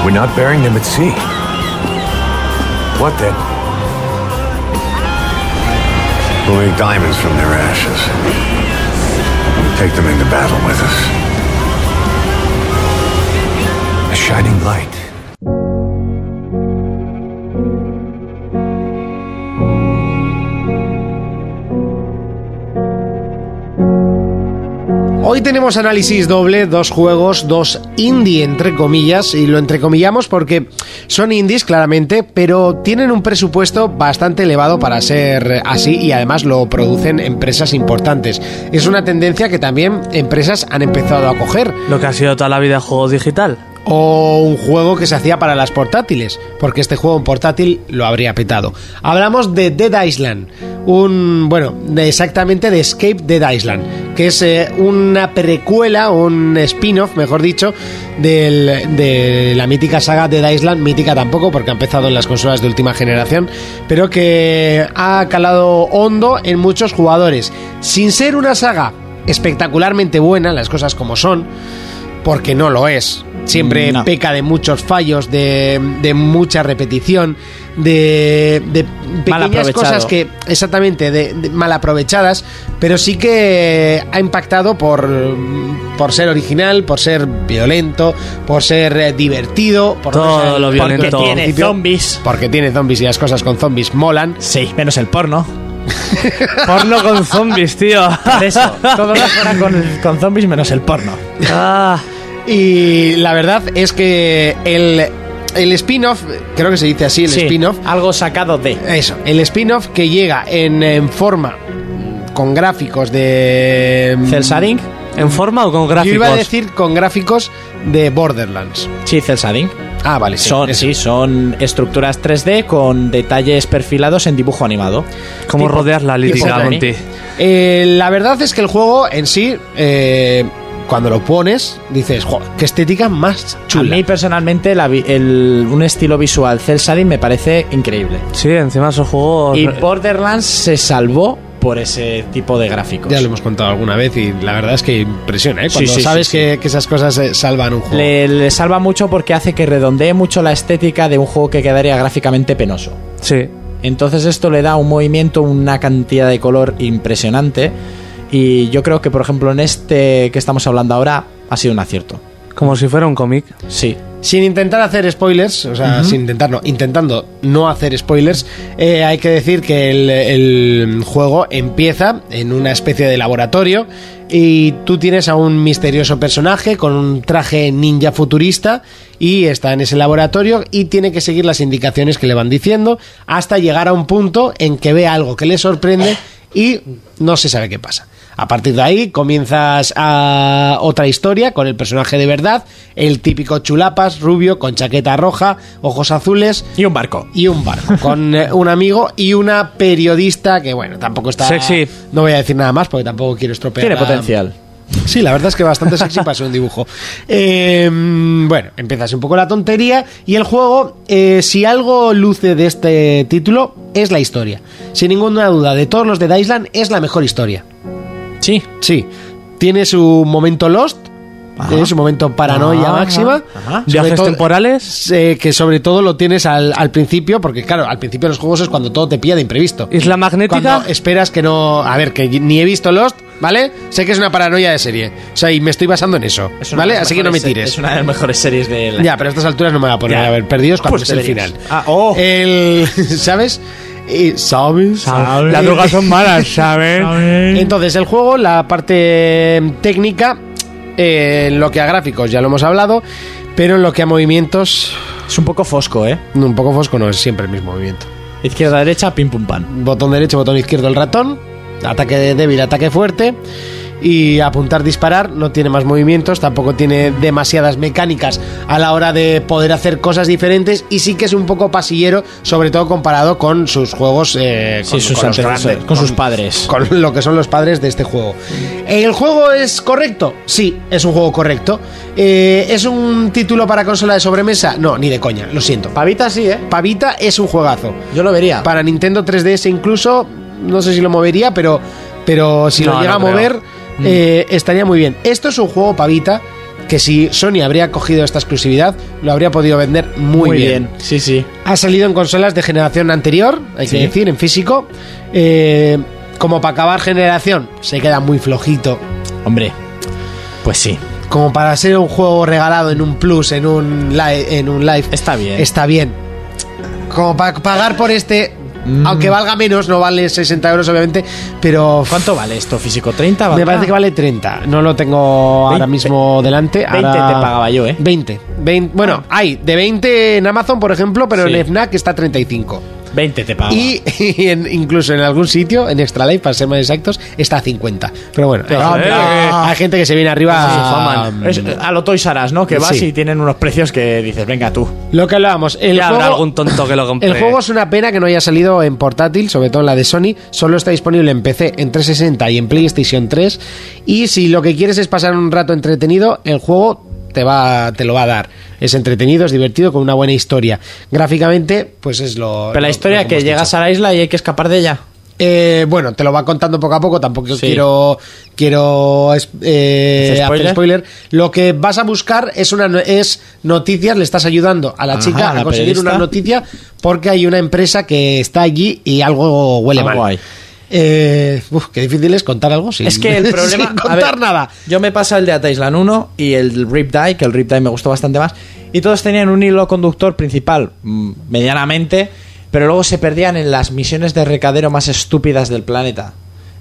We're not burying them at sea. What then? We'll make diamonds from their ashes. Take them into battle with us. A shining light.
Hoy tenemos análisis doble, dos juegos, dos indie entre comillas, y lo entrecomillamos porque son indies claramente, pero tienen un presupuesto bastante elevado para ser así y además lo producen empresas importantes. Es una tendencia que también empresas han empezado a coger.
Lo que ha sido toda la vida juego digital.
O un juego que se hacía para las portátiles, porque este juego en portátil lo habría petado. Hablamos de Dead Island, un, bueno, de exactamente de Escape Dead Island, que es eh, una precuela, un spin-off, mejor dicho, del- de la mítica saga Dead Island, mítica tampoco, porque ha empezado en las consolas de última generación, pero que ha calado hondo en muchos jugadores, sin ser una saga espectacularmente buena, las cosas como son, porque no lo es. Siempre
No.
peca de muchos fallos, de, de mucha repetición, de, de pequeñas
aprovechado.
cosas que exactamente de, de mal aprovechadas, pero sí que ha impactado por, por ser original, por ser violento, por ser eh, divertido, por no
Todo
ser-
lo
Porque
violento.
tiene
principio-
zombies.
porque tiene zombies y las cosas con zombies molan.
Sí, menos el porno.
Porno con zombies, tío.
Por eso, todo lo fuera con, con zombies menos el porno.
Ah,
Y la verdad es que el, el spin-off, creo que se dice así, el
Sí,
spin-off,
Algo sacado de.
Eso, el spin-off que llega en, en forma mm, con gráficos de. mm,
Cel shading.
¿En forma o con
Yo iba a
gráficos?
decir con gráficos de Borderlands.
Sí, Cel shading.
Ah, vale. Sí, son, sí, son estructuras 3D con detalles perfilados en dibujo animado.
¿Cómo rodeas la lírica, Monty?
Eh, la verdad es que el juego en sí, eh, cuando lo pones, dices, "Jo, qué estética más chula.
A mí personalmente la vi- el- un estilo visual cel shading me parece increíble.
Sí, encima esos juegos.
Y Borderlands se salvó por ese tipo de gráficos.
Ya lo hemos contado alguna vez y la verdad es que impresiona, ¿eh?
Sí,
Cuando
sí,
sabes
sí,
Que, que esas cosas eh, salvan un juego.
Le, le salva mucho porque hace que redondee mucho la estética de un juego que quedaría gráficamente penoso.
Sí.
Entonces esto le da un movimiento, una cantidad de color impresionante. Y yo creo que, por ejemplo, en este que estamos hablando ahora, ha sido un acierto.
Como si fuera un cómic.
Sí.
Sin intentar hacer spoilers, o sea, sin intentar, no, intentando no hacer spoilers, eh, hay que decir que el, el juego empieza en una especie de laboratorio y tú tienes a un misterioso personaje con un traje ninja futurista y está en ese laboratorio y tiene que seguir las indicaciones que le van diciendo hasta llegar a un punto en que ve algo que le sorprende y no se sabe qué pasa. A partir de ahí comienzas a otra historia con el personaje de verdad, el típico chulapas, rubio, con chaqueta roja, ojos azules
Y un barco.
y un barco, con eh, un amigo y una periodista que, bueno, tampoco está...
Sexy.
No voy a decir nada más porque tampoco quiero estropear. la-
Tiene potencial.
Sí, la verdad es que bastante sexy para ser un dibujo. Eh, bueno, empiezas un poco la tontería y el juego, eh, si algo luce de este título, es la historia. Sin ninguna duda, de todos los de Island, es la mejor historia.
Sí.
Sí, tiene su momento Lost, tiene su momento paranoia
Ajá,
máxima.
ajá.
sobre
Ah, Viajes
todo-
temporales.
eh, que sobre todo lo tienes al, al principio, porque claro, al principio de los juegos es cuando todo te pilla de imprevisto.
Isla magnética.
Cuando esperas que no. A ver, que ni he visto Lost, ¿vale? Sé que es una paranoia de serie. O sea, y me estoy basando en eso.
Es una de
¿Vale?
las
Así que no me
mejores se-
tires.
Es una de las mejores series de la
Ya, pero a estas alturas no me la voy a poner.
Ya.
A ver, perdidos cuando
Pues
es el
deberías.
final.
Ah, oh.
El. ¿Sabes? Y- ¿Sabes?
Las drogas son malas, ¿sabes?
Entonces, el juego, la parte técnica, eh, en lo que a gráficos ya lo hemos hablado, pero en lo que a movimientos,
Es un poco fosco, ¿eh?
un poco fosco, no es siempre el mismo movimiento.
Izquierda, derecha, pim pum pan.
botón derecho, botón izquierdo el ratón, ataque de débil, ataque fuerte y apuntar, disparar, no tiene más movimientos, tampoco tiene demasiadas mecánicas a la hora de poder hacer cosas diferentes y sí que es un poco pasillero, sobre todo comparado con sus juegos, eh,
Sí,
con,
sus
con los
antecesores,
grandes,
con sus padres.
Con lo que son los padres de este juego. ¿El juego es correcto? Sí, es un juego correcto. Eh, ¿Es un título para consola de sobremesa? No, ni de coña, lo siento.
Pavita sí, ¿eh?
Pavita es un juegazo.
Yo lo vería.
Para Nintendo 3DS incluso, no sé si lo movería, pero, pero si
No,
lo llega
no
a
creo.
mover, eh, estaría muy bien. Esto es un juego pavita que si Sony habría cogido esta exclusividad, lo habría podido vender muy,
Muy
bien.
bien. Sí, sí.
Ha salido en consolas de generación anterior, hay
Sí.
que decir, en físico. Eh, como para acabar generación, se queda muy flojito.
Hombre. Pues sí.
Como para ser un juego regalado en un plus, en un, li- en un live.
Está bien.
Está bien. Como para pagar por este,
Mm.
aunque valga menos, no vale 60 euros obviamente, pero...
¿Cuánto vale esto físico? ¿30?
Me parece que vale 30. No lo tengo ahora
20.
mismo delante.
20
ahora-
te pagaba yo, ¿eh? Ah.
20. 20. Bueno, hay de 20 en Amazon, por ejemplo, pero
Sí.
en FNAC está 35.
20 te pagaba.
Y, y en- incluso en algún sitio, en Extra Life, para ser más exactos, está a 50. Pero bueno, hay,
hombre,
gente- hay gente que se viene arriba. mm,
Es- eh, a lo Toys R Us, ¿no? Que vas
Sí.
y tienen unos precios que dices, venga tú.
Lo que hablábamos, el
Ya habrá
juego-
algún tonto eh. que lo compre.
El juego es una pena que no haya salido en portátil, sobre todo en la de Sony. Solo está disponible en PC, en 360 y en PlayStation 3. Y si lo que quieres es pasar un rato entretenido, el juego te, va, te lo va a dar. Es entretenido, es divertido, con una buena historia. Gráficamente, pues es lo.
Pero la
lo-
historia
lo
que
hemos
llegas
dicho.
a la isla y hay que escapar de ella.
Eh, bueno, te lo va contando poco a poco, tampoco
Sí.
quiero, quiero es- eh,
¿Hacer spoiler?
hacer spoiler. Lo que vas a buscar es, una, no- es noticias, le estás ayudando a la
Ajá,
chica
a la
a conseguir
periodista.
una noticia porque hay una empresa que está allí y algo huele
Algo
mal.
hay.
Eh, uf, qué difícil es contar algo sin,
Es que el
sin
problema. a
contar
ver,
nada.
Yo me pasa el de At Island 1 y el Rip Die, que el Rip Die me gustó bastante más. Y todos tenían un hilo conductor principal, mm, medianamente, pero luego se perdían en las misiones de recadero más estúpidas del planeta.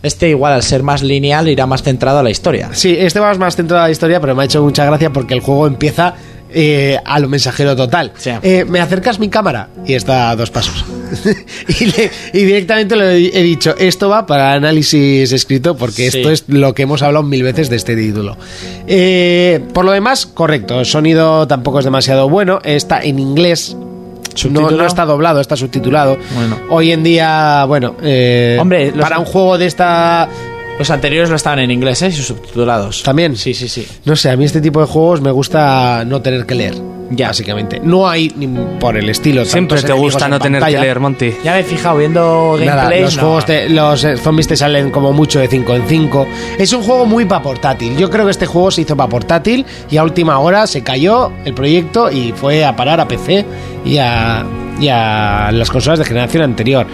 Este, igual, al ser más lineal, irá más centrado a la historia.
Sí, este va más centrado a la historia, pero me ha hecho mucha gracia porque el juego empieza eh, a lo mensajero total.
Sí.
Eh, me acercas mi cámara y está a dos pasos. y, le- y directamente le he dicho, esto va para análisis escrito porque
Sí.
esto es lo que hemos hablado mil veces de este título. Eh, por lo demás, correcto, el sonido tampoco es demasiado bueno, está en inglés. No,
¿Subtítulo?
no está doblado, está subtitulado.
Bueno.
Hoy en día, bueno, eh,
Hombre, los-
para un juego de esta...
Los anteriores no estaban en inglés, ¿eh? Y subtitulados.
También.
Sí, sí, sí.
No sé, a mí este tipo de juegos me gusta no tener que leer. Ya. Básicamente. No hay ni por el estilo.
Siempre
tantos
te
enemigos
gusta
en
no tener que
pantalla.
leer, Monty.
Ya me he fijado viendo
Nada,
gameplay.
los, juegos te- los eh, zombies te salen como mucho de 5 en 5. Es un juego muy para portátil. Yo creo que este juego se hizo para portátil y a última hora se cayó el proyecto y fue a parar a PC y a, y a las consolas de generación anterior.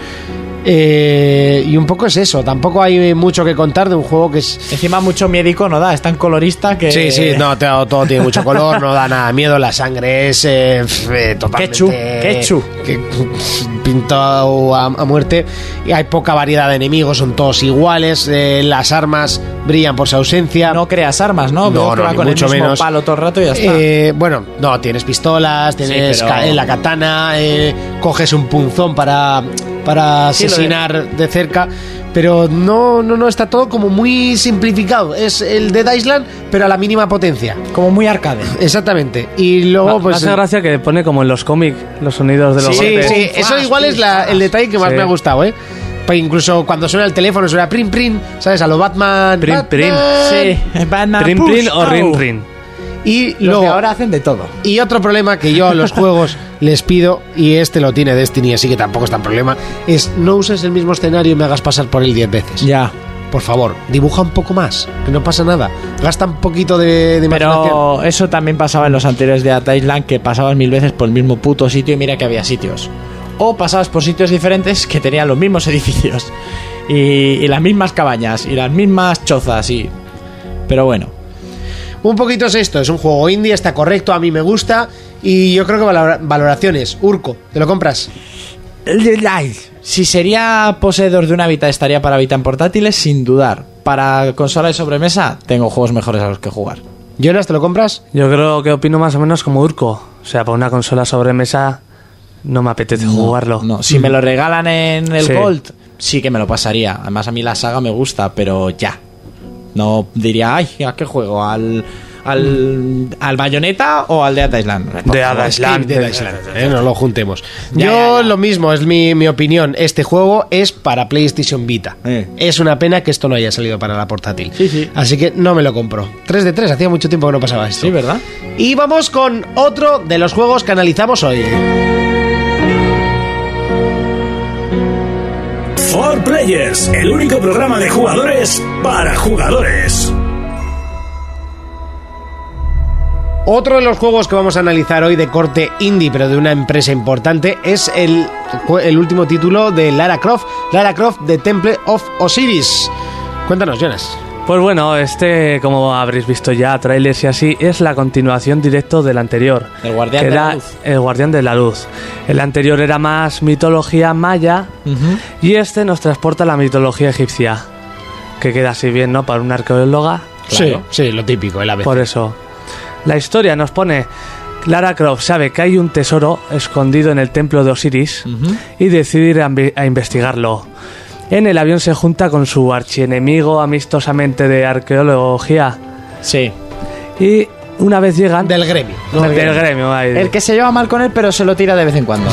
Eh, y un poco es eso. Tampoco hay mucho que contar de un juego que es
Encima mucho miedico no da, es tan colorista que...
Sí, sí, no, te- todo, tiene mucho color, no da nada miedo, la sangre es eh, pf, eh, totalmente...
Quechu, quechu.
que- pf, pintado a, a muerte. Y hay poca variedad de enemigos, son todos iguales, eh, las armas brillan por su ausencia.
No creas armas, ¿no?
No,
Veo que
no,
va
ni
con
mucho
el mismo
menos.
palo todo el rato y ya está.
Eh, bueno, no, tienes pistolas, tienes
pero-
ca- eh, la katana, eh, coges un punzón para, para
Sí, lo de-
asesinar de... cerca, pero no, no, no, está todo como muy simplificado. Es el Dead Island, pero a la mínima potencia.
Como muy arcade.
Exactamente. Y luego,
Me
pues.
Ah, hace gracia que pone como en los cómics los sonidos de los
Sí,
golpes.
sí, eso igual es la- el detalle que más
Sí.
me ha gustado, ¿eh? Pues incluso cuando suena el teléfono, suena prim, prim, ¿sabes? A lo Batman.
Prim, prim.
Batman.
Banana
Prim,
push,
prim o
oh.
rin, rin.
Y
Los
luego.
de ahora hacen de todo.
Y otro problema que yo a los juegos les pido, y este lo tiene Destiny, así que tampoco es tan problema, es no uses el mismo escenario y me hagas pasar por él 10 veces.
Ya.
Por favor, dibuja un poco más, que no pasa nada. Gasta un poquito de, de imaginación.
Pero eso también pasaba en los anteriores de Atta Island, que pasabas mil veces por el mismo puto sitio y mira que había sitios. O pasabas por sitios diferentes que tenían los mismos edificios. Y, y las mismas cabañas, y las mismas chozas, y... Pero bueno.
Un poquito es esto, es un juego indie, está correcto, a mí me gusta y yo creo que valora- valoraciones. Urco, ¿te lo compras?
Si sería poseedor de una Vita, estaría para Vita en portátiles, sin dudar. Para consola de sobremesa, tengo juegos mejores a los que jugar.
Jonas, ¿te lo compras?
Yo creo que opino más o menos como Urco. O sea, para una consola sobremesa no me apetece jugarlo.
No, si me lo regalan en el
Sí.
Gold, sí que me lo pasaría. Además, a mí la saga me gusta, pero ya. No diría, ay, ¿a qué juego? ¿Al, al, al Bayonetta o al Dead Island?
De Ada Island.
Dead Island, eh, no lo juntemos.
Ya,
yo
ya, ya.
lo mismo, es mi, mi opinión. Este juego es para PlayStation Vita.
Eh.
Es una pena que esto no haya salido para la portátil.
Sí, sí.
Así que no me lo compro. 3 de 3, hacía mucho tiempo que no pasaba esto.
Sí, ¿verdad?
Y vamos con otro de los juegos que analizamos hoy.
For Players, el único programa de jugadores para jugadores.
Otro de los juegos que vamos a analizar hoy de corte indie, pero de una empresa importante, es el, jue- el último título de Lara Croft, Lara Croft The Temple of Osiris. Cuéntanos, Jonas.
Pues bueno, este, como habréis visto ya, trailers y así, es la continuación directo del anterior.
El Guardián
que
de la
era
Luz.
El Guardián de la Luz. El anterior era más mitología maya y este nos transporta a la mitología egipcia. Que queda así bien, ¿no? Para un arqueóloga.
Sí, sí, lo típico, el ave.
Por eso. La historia nos pone. Lara Croft sabe que hay un tesoro escondido en el templo de Osiris y decide ir a, inve- a investigarlo. En el avión se junta con su archienemigo amistosamente de arqueología
Sí.
y una vez llegan...
Del gremio.
del gremio, ahí.
El que se lleva mal con él, pero se lo tira de vez en cuando.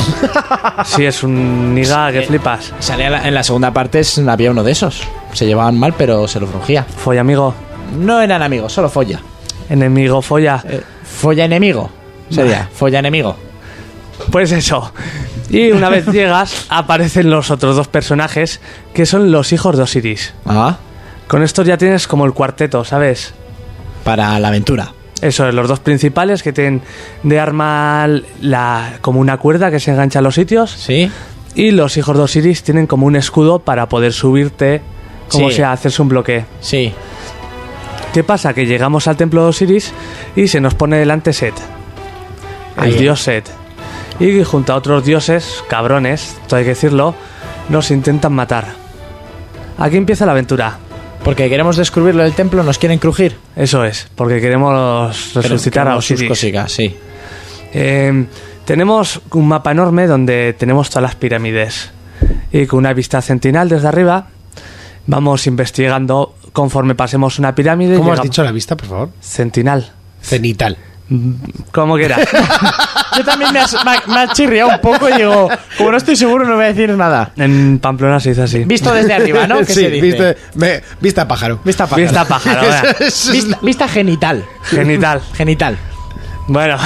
Sí, es un niga que flipas.
Salía la- en la segunda parte, es- había uno de esos. Se llevaban mal, pero se lo frungía.
Folla amigo.
No eran amigos, solo folla.
Enemigo, folla.
Eh, folla enemigo. Sería, folla enemigo.
Pues eso. Y una vez llegas, aparecen los otros dos personajes que son los hijos de Osiris.
Ah,
Con estos ya tienes como el cuarteto, ¿sabes?
para la aventura.
Eso es, los dos principales que tienen de arma la, como una cuerda que se engancha a los sitios.
¿Sí?
Y los hijos de Osiris tienen como un escudo para poder subirte, como
Sí.
sea, hacerse un bloque.
Sí.
¿Qué pasa? Que llegamos al templo de Osiris y se nos pone delante Set.
Ahí.
El dios Set. Y junto a otros dioses, cabrones, todo hay que decirlo, nos intentan matar. Aquí empieza la aventura.
Porque queremos descubrirlo del templo, nos quieren crujir.
Eso es, porque queremos resucitar a
Queremos sus
Osiris.
cositas, sí.
Eh, tenemos un mapa enorme donde tenemos todas las pirámides y con una vista centinal desde arriba vamos investigando conforme pasemos una pirámide.
¿Cómo has
llegamos-
dicho la vista, por favor?
Centinal.
Cenital.
Como quiera.
Yo también me, has- me- me has chirriado un poco y digo, como no estoy seguro, no voy a decir nada.
En Pamplona se dice así.
Visto desde arriba, ¿no? ¿Qué
sí,
se dice?
Vista, me- vista pájaro.
Vista pájaro.
Vista pájaro, vea.
Vista- vista genital.
Genital.
Genital.
Bueno,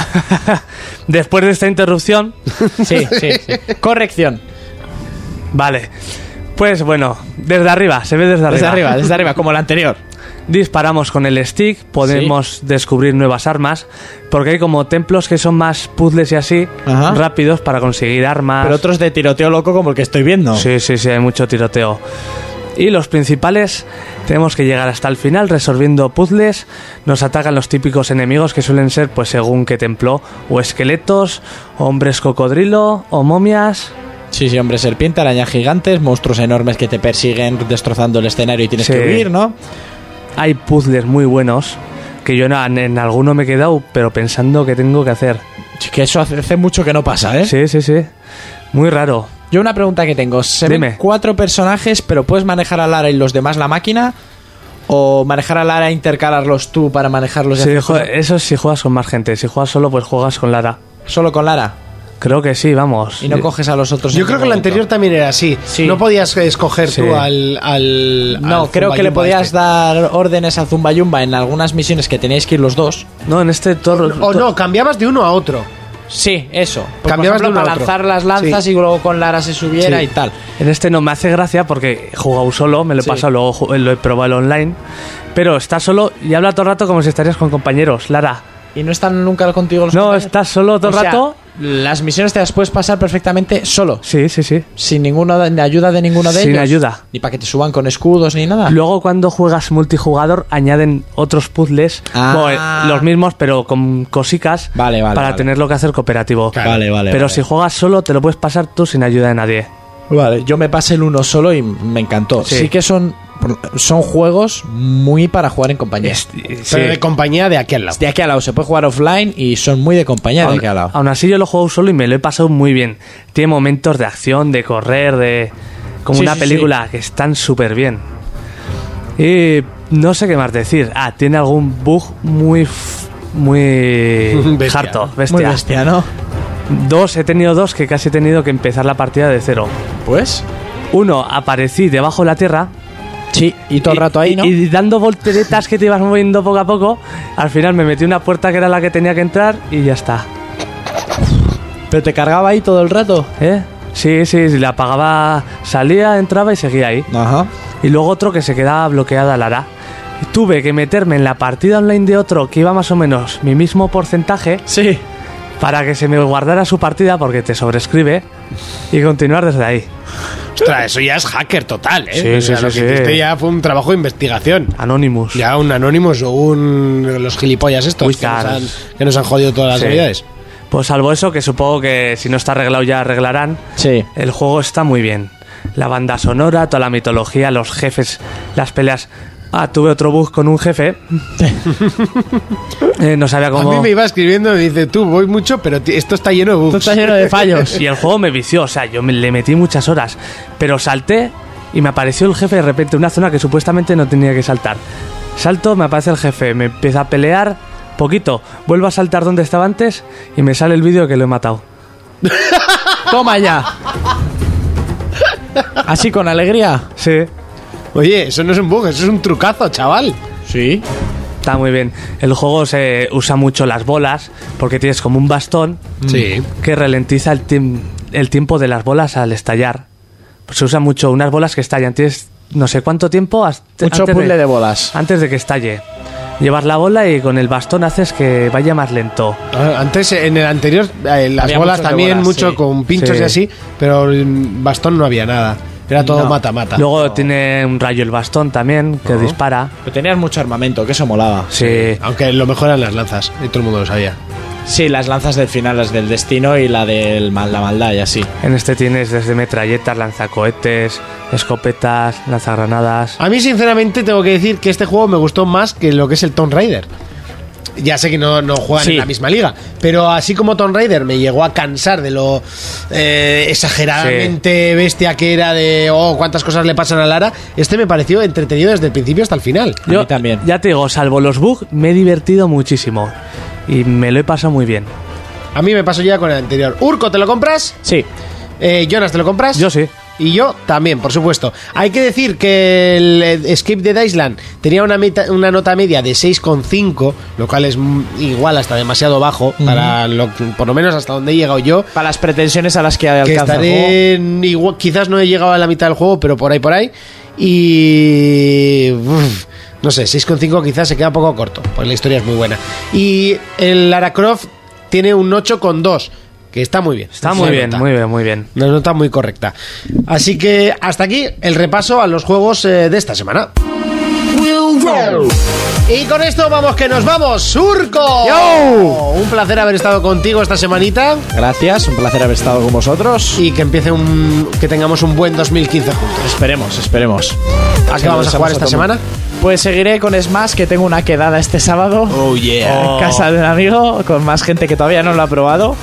después de esta interrupción,
Sí, sí, sí. Corrección.
vale. Pues bueno, desde arriba, se ve desde arriba.
Desde arriba, desde arriba, como la anterior.
Disparamos con el stick, podemos descubrir nuevas armas, porque hay como templos que son más puzzles y así,
Ajá.
rápidos para conseguir armas.
Pero otros de tiroteo loco como el que estoy viendo.
Ah. Sí, sí, sí, hay mucho tiroteo. Y los principales, tenemos que llegar hasta el final resolviendo puzzles. Nos atacan los típicos enemigos que suelen ser, pues según qué templo, o esqueletos, hombres cocodrilo, o momias.
Sí, sí, hombre, serpiente, arañas gigantes, monstruos enormes que te persiguen destrozando el escenario y tienes
Sí.
que huir, ¿no?
Hay puzzles muy buenos que yo en, en alguno me he quedado, pero pensando que tengo que hacer.
Sí, que eso hace, hace mucho que no pasa, ¿eh?
Sí, sí, sí. Muy raro.
Yo una pregunta que tengo. ¿Se ven
Dime.
cuatro personajes, pero puedes manejar a Lara y los demás la máquina? ¿O manejar a Lara e intercalarlos tú para manejarlos y
Sí,
hacer
jo- eso es si juegas con más gente. Si juegas solo, pues juegas con Lara.
cosas solo con Lara?
Creo que sí, vamos.
Y no coges a los otros.
Yo
en
creo que
ningún
la
momento.
anterior también era así.
Sí.
No podías escoger
Sí.
tú al. al-
No,
al
creo que le
zumbayumba
podías
este.
dar órdenes a Zumbayumba en algunas misiones que teníais que ir los dos.
No, en este torre.
O no, cambiabas de uno a otro.
Sí, eso. Pues,
Cambiabas
por
de uno
ejemplo,
a
para
otro.
lanzar las lanzas y luego con Lara se subiera
Sí.
y tal.
En este no me hace gracia porque he jugado solo, me lo he
Sí.
pasado, luego ju- lo he probado online. Pero estás solo y habla todo el rato como si estarías con compañeros, Lara.
¿Y no están nunca contigo los
No,
compañeros?
estás solo todo el
Pues O sea,
rato.
Las misiones te las puedes pasar perfectamente solo.
Sí, sí, sí.
Sin ninguna ni ayuda de ninguno de
Sin
ellos.
ayuda.
Ni para que te suban con escudos ni nada.
Luego cuando juegas multijugador añaden otros puzzles,
Ah.
bueno, eh, los mismos pero con cosicas,
Vale, vale,
para
vale.
tenerlo que hacer cooperativo.
Claro. Vale, vale,
Pero
vale.
si juegas solo te lo puedes pasar tú sin ayuda de nadie.
Vale, yo me pasé el uno solo y me encantó. Sí,
Sí.
que son, son juegos muy para jugar en compañía.
Sí.
Pero de compañía de aquí al lado.
De aquí al lado se puede jugar offline y son muy de compañía de
Aún,
aquí al lado.
aún así yo lo he jugado solo y me lo he pasado muy bien. Tiene momentos de acción, de correr, de... Como
Sí,
una
sí,
película que están súper bien. Y no sé qué más decir. Ah, tiene algún bug muy... f- Muy...
Bestia.
harto,
Muy
bestia.
bestia, ¿no?
Dos, he tenido dos que casi he tenido que empezar la partida de cero.
Pues.
Uno, aparecí debajo de la tierra.
Sí, y todo el
y-
rato ahí,
y-
¿no?
Y dando volteretas que te ibas moviendo poco a poco. Al final me metí en una puerta que era la que tenía que entrar y ya está.
Pero te cargaba ahí todo el rato.
¿Eh? Sí, sí, sí, la apagaba, salía, entraba y seguía ahí.
Ajá.
Y luego otro que se quedaba bloqueada Lara. Y Tuve que meterme en la partida online de otro que iba más o menos mi mismo porcentaje
Sí.
para que se me guardara su partida porque te sobrescribe y continuar desde ahí.
Ostras, eso ya es hacker total, ¿eh?
Sí,
O sea,
sí,
lo
sí,
que
sí.
hiciste ya fue un trabajo de investigación.
Anonymous.
Ya un Anonymous o un. Los gilipollas estos
Uy,
que nos,
caras.
han, que nos han jodido todas las
Sí.
navidades.
Pues salvo eso, que supongo que si no está arreglado ya arreglarán.
Sí.
El juego está muy bien. La banda sonora, toda la mitología, los jefes, las peleas. Ah, tuve otro bug con un jefe. Eh, no sabía cómo.
A mí me iba escribiendo y me dice, tú voy mucho, pero ti- esto está lleno de bugs.
Tú estás lleno de fallos.
Y el juego me vició, o sea, yo me, le metí muchas horas. Pero salté y me apareció el jefe de repente, una zona que supuestamente no tenía que saltar. Salto, me aparece el jefe, me empieza a pelear, poquito, vuelvo a saltar donde estaba antes y me sale el vídeo que lo he matado.
Toma ya. Así con alegría.
Sí,
Oye, eso no es un bug, eso es un trucazo, chaval.
Sí.
está muy bien. El juego se usa mucho las bolas, porque tienes como un bastón
Sí.
que ralentiza el, tiemp- el tiempo de las bolas al estallar. Pues se usa mucho unas bolas que estallan, tienes no sé cuánto tiempo hasta
Mucho
antes de-
puzzle de bolas.
antes de que estalle. Llevas la bola y con el bastón haces que vaya más lento.
Ah, Antes, en el anterior, eh, las
Había
bolas
muchos de
también,
bolas,
mucho
sí.
con pinchos
Sí.
y así, pero el bastón no había nada. Era todo mata-mata.
Luego tiene un rayo el bastón también que dispara.
Pero tenías mucho armamento, que eso molaba.
Sí.
Aunque lo mejor eran las lanzas, y todo el mundo lo sabía.
Sí, las lanzas del final, las del destino y la del mal, la maldad y así.
En este tienes desde metralletas, lanzacohetes, escopetas, lanzagranadas.
A mí, sinceramente, tengo que decir que este juego me gustó más que lo que es el Tomb Raider. ya sé que no, no juegan
Sí.
en la misma liga, pero así como Tomb Raider me llegó a cansar de lo eh, exageradamente bestia que era de, oh, cuántas cosas le pasan a Lara, este me pareció entretenido desde el principio hasta el final.
Yo, también. Ya te digo, salvo los bugs, me he divertido muchísimo. Y me lo he pasado muy bien.
A mí me pasó ya con el anterior. Urco, ¿te lo compras?
Sí.
Eh, Jonas, ¿te lo compras?
Yo sí.
Y yo también, por supuesto. Hay que decir que el eh, Escape de Island tenía una, meta- una nota media de 6,5, lo cual es mm, igual hasta demasiado bajo, para lo que- por lo menos hasta donde he llegado yo.
Para las pretensiones a las que
Que
alcanza el juego.
estaré en- igual- quizás no he llegado a la mitad del juego, pero por ahí, por ahí. Y... uf, no sé, 6,5 quizás se queda un poco corto, porque la historia es muy buena. Y el Lara Croft tiene un 8,2, que está muy bien.
Está muy
Una
bien,
nota.
muy bien, muy bien.
Una nota muy correcta. Así que hasta aquí el repaso a los juegos eh, de esta semana. Y con esto vamos que nos vamos, Surco. Un placer haber estado contigo esta semanita
Gracias, un placer haber estado con vosotros.
y que empiece un que tengamos un buen 2015 juntos.
Esperemos, esperemos.
¿A qué vamos a jugar esta semana?
Pues seguiré con Smash, que tengo una quedada este sábado.
Oh, yeah.
En casa de un amigo, con más gente que todavía no lo ha probado.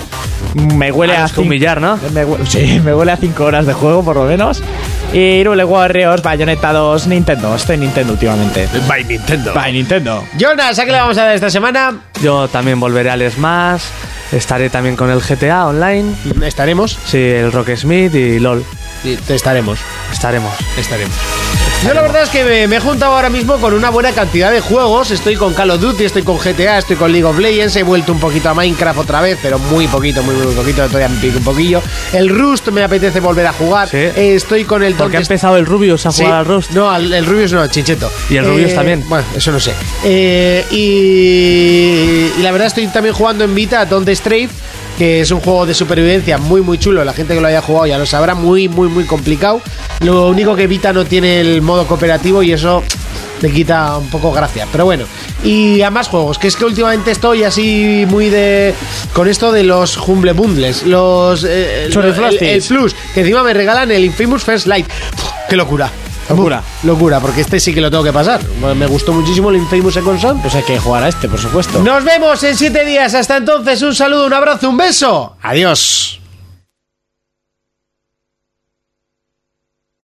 Me huele
Ah,
a.
es que humillar, ¿no?
Me, hue- sí, me huele a 5 horas de juego, por lo menos. Y Rule Warriors, Bayonetta 2, Nintendo. Estoy en Nintendo últimamente.
By Nintendo.
Bye, Nintendo.
Jonas, ¿a qué le vamos a dar esta semana?
Yo también volveré al Smash. Estaré también con el GTA Online.
Estaremos.
Sí, el Rock Smith y LOL.
Sí, Estaremos.
Estaremos.
Estaremos. Yo la verdad es que me, me he juntado ahora mismo con una buena cantidad de juegos. Estoy con Call of Duty, estoy con GTA, estoy con League of Legends. He vuelto un poquito a Minecraft otra vez, pero muy poquito, muy, muy poquito. Todavía me pico un poquillo. El Rust me apetece volver a jugar.
Sí.
Eh, estoy con el
Porque ha
Don't
empezado el Rubius a
Sí.
jugar al Rust.
No, al- el Rubius no, Chincheto.
Y el Rubius también.
Bueno, eso no sé. Eh, y, y la verdad estoy también jugando en Vita Don't Strafe, que es un juego de supervivencia muy, muy chulo. La gente que lo haya jugado ya lo sabrá, muy, muy, muy complicado. Lo único que Vita no tiene el modo cooperativo y eso le quita un poco gracia, pero bueno. Y a más juegos, que es que últimamente estoy así muy de... con esto de los Humble Bundles, los... eh, el,
Choriflastis.
el- el Plus, que encima me regalan el Infamous First Light. ¡Qué locura!
Locura.
Locura, porque este sí que lo tengo que pasar. Me gustó muchísimo el Infamous Second Son.
Pues hay que jugar a este, por supuesto.
Nos vemos en siete días. Hasta entonces, un saludo, un abrazo, un beso. Adiós.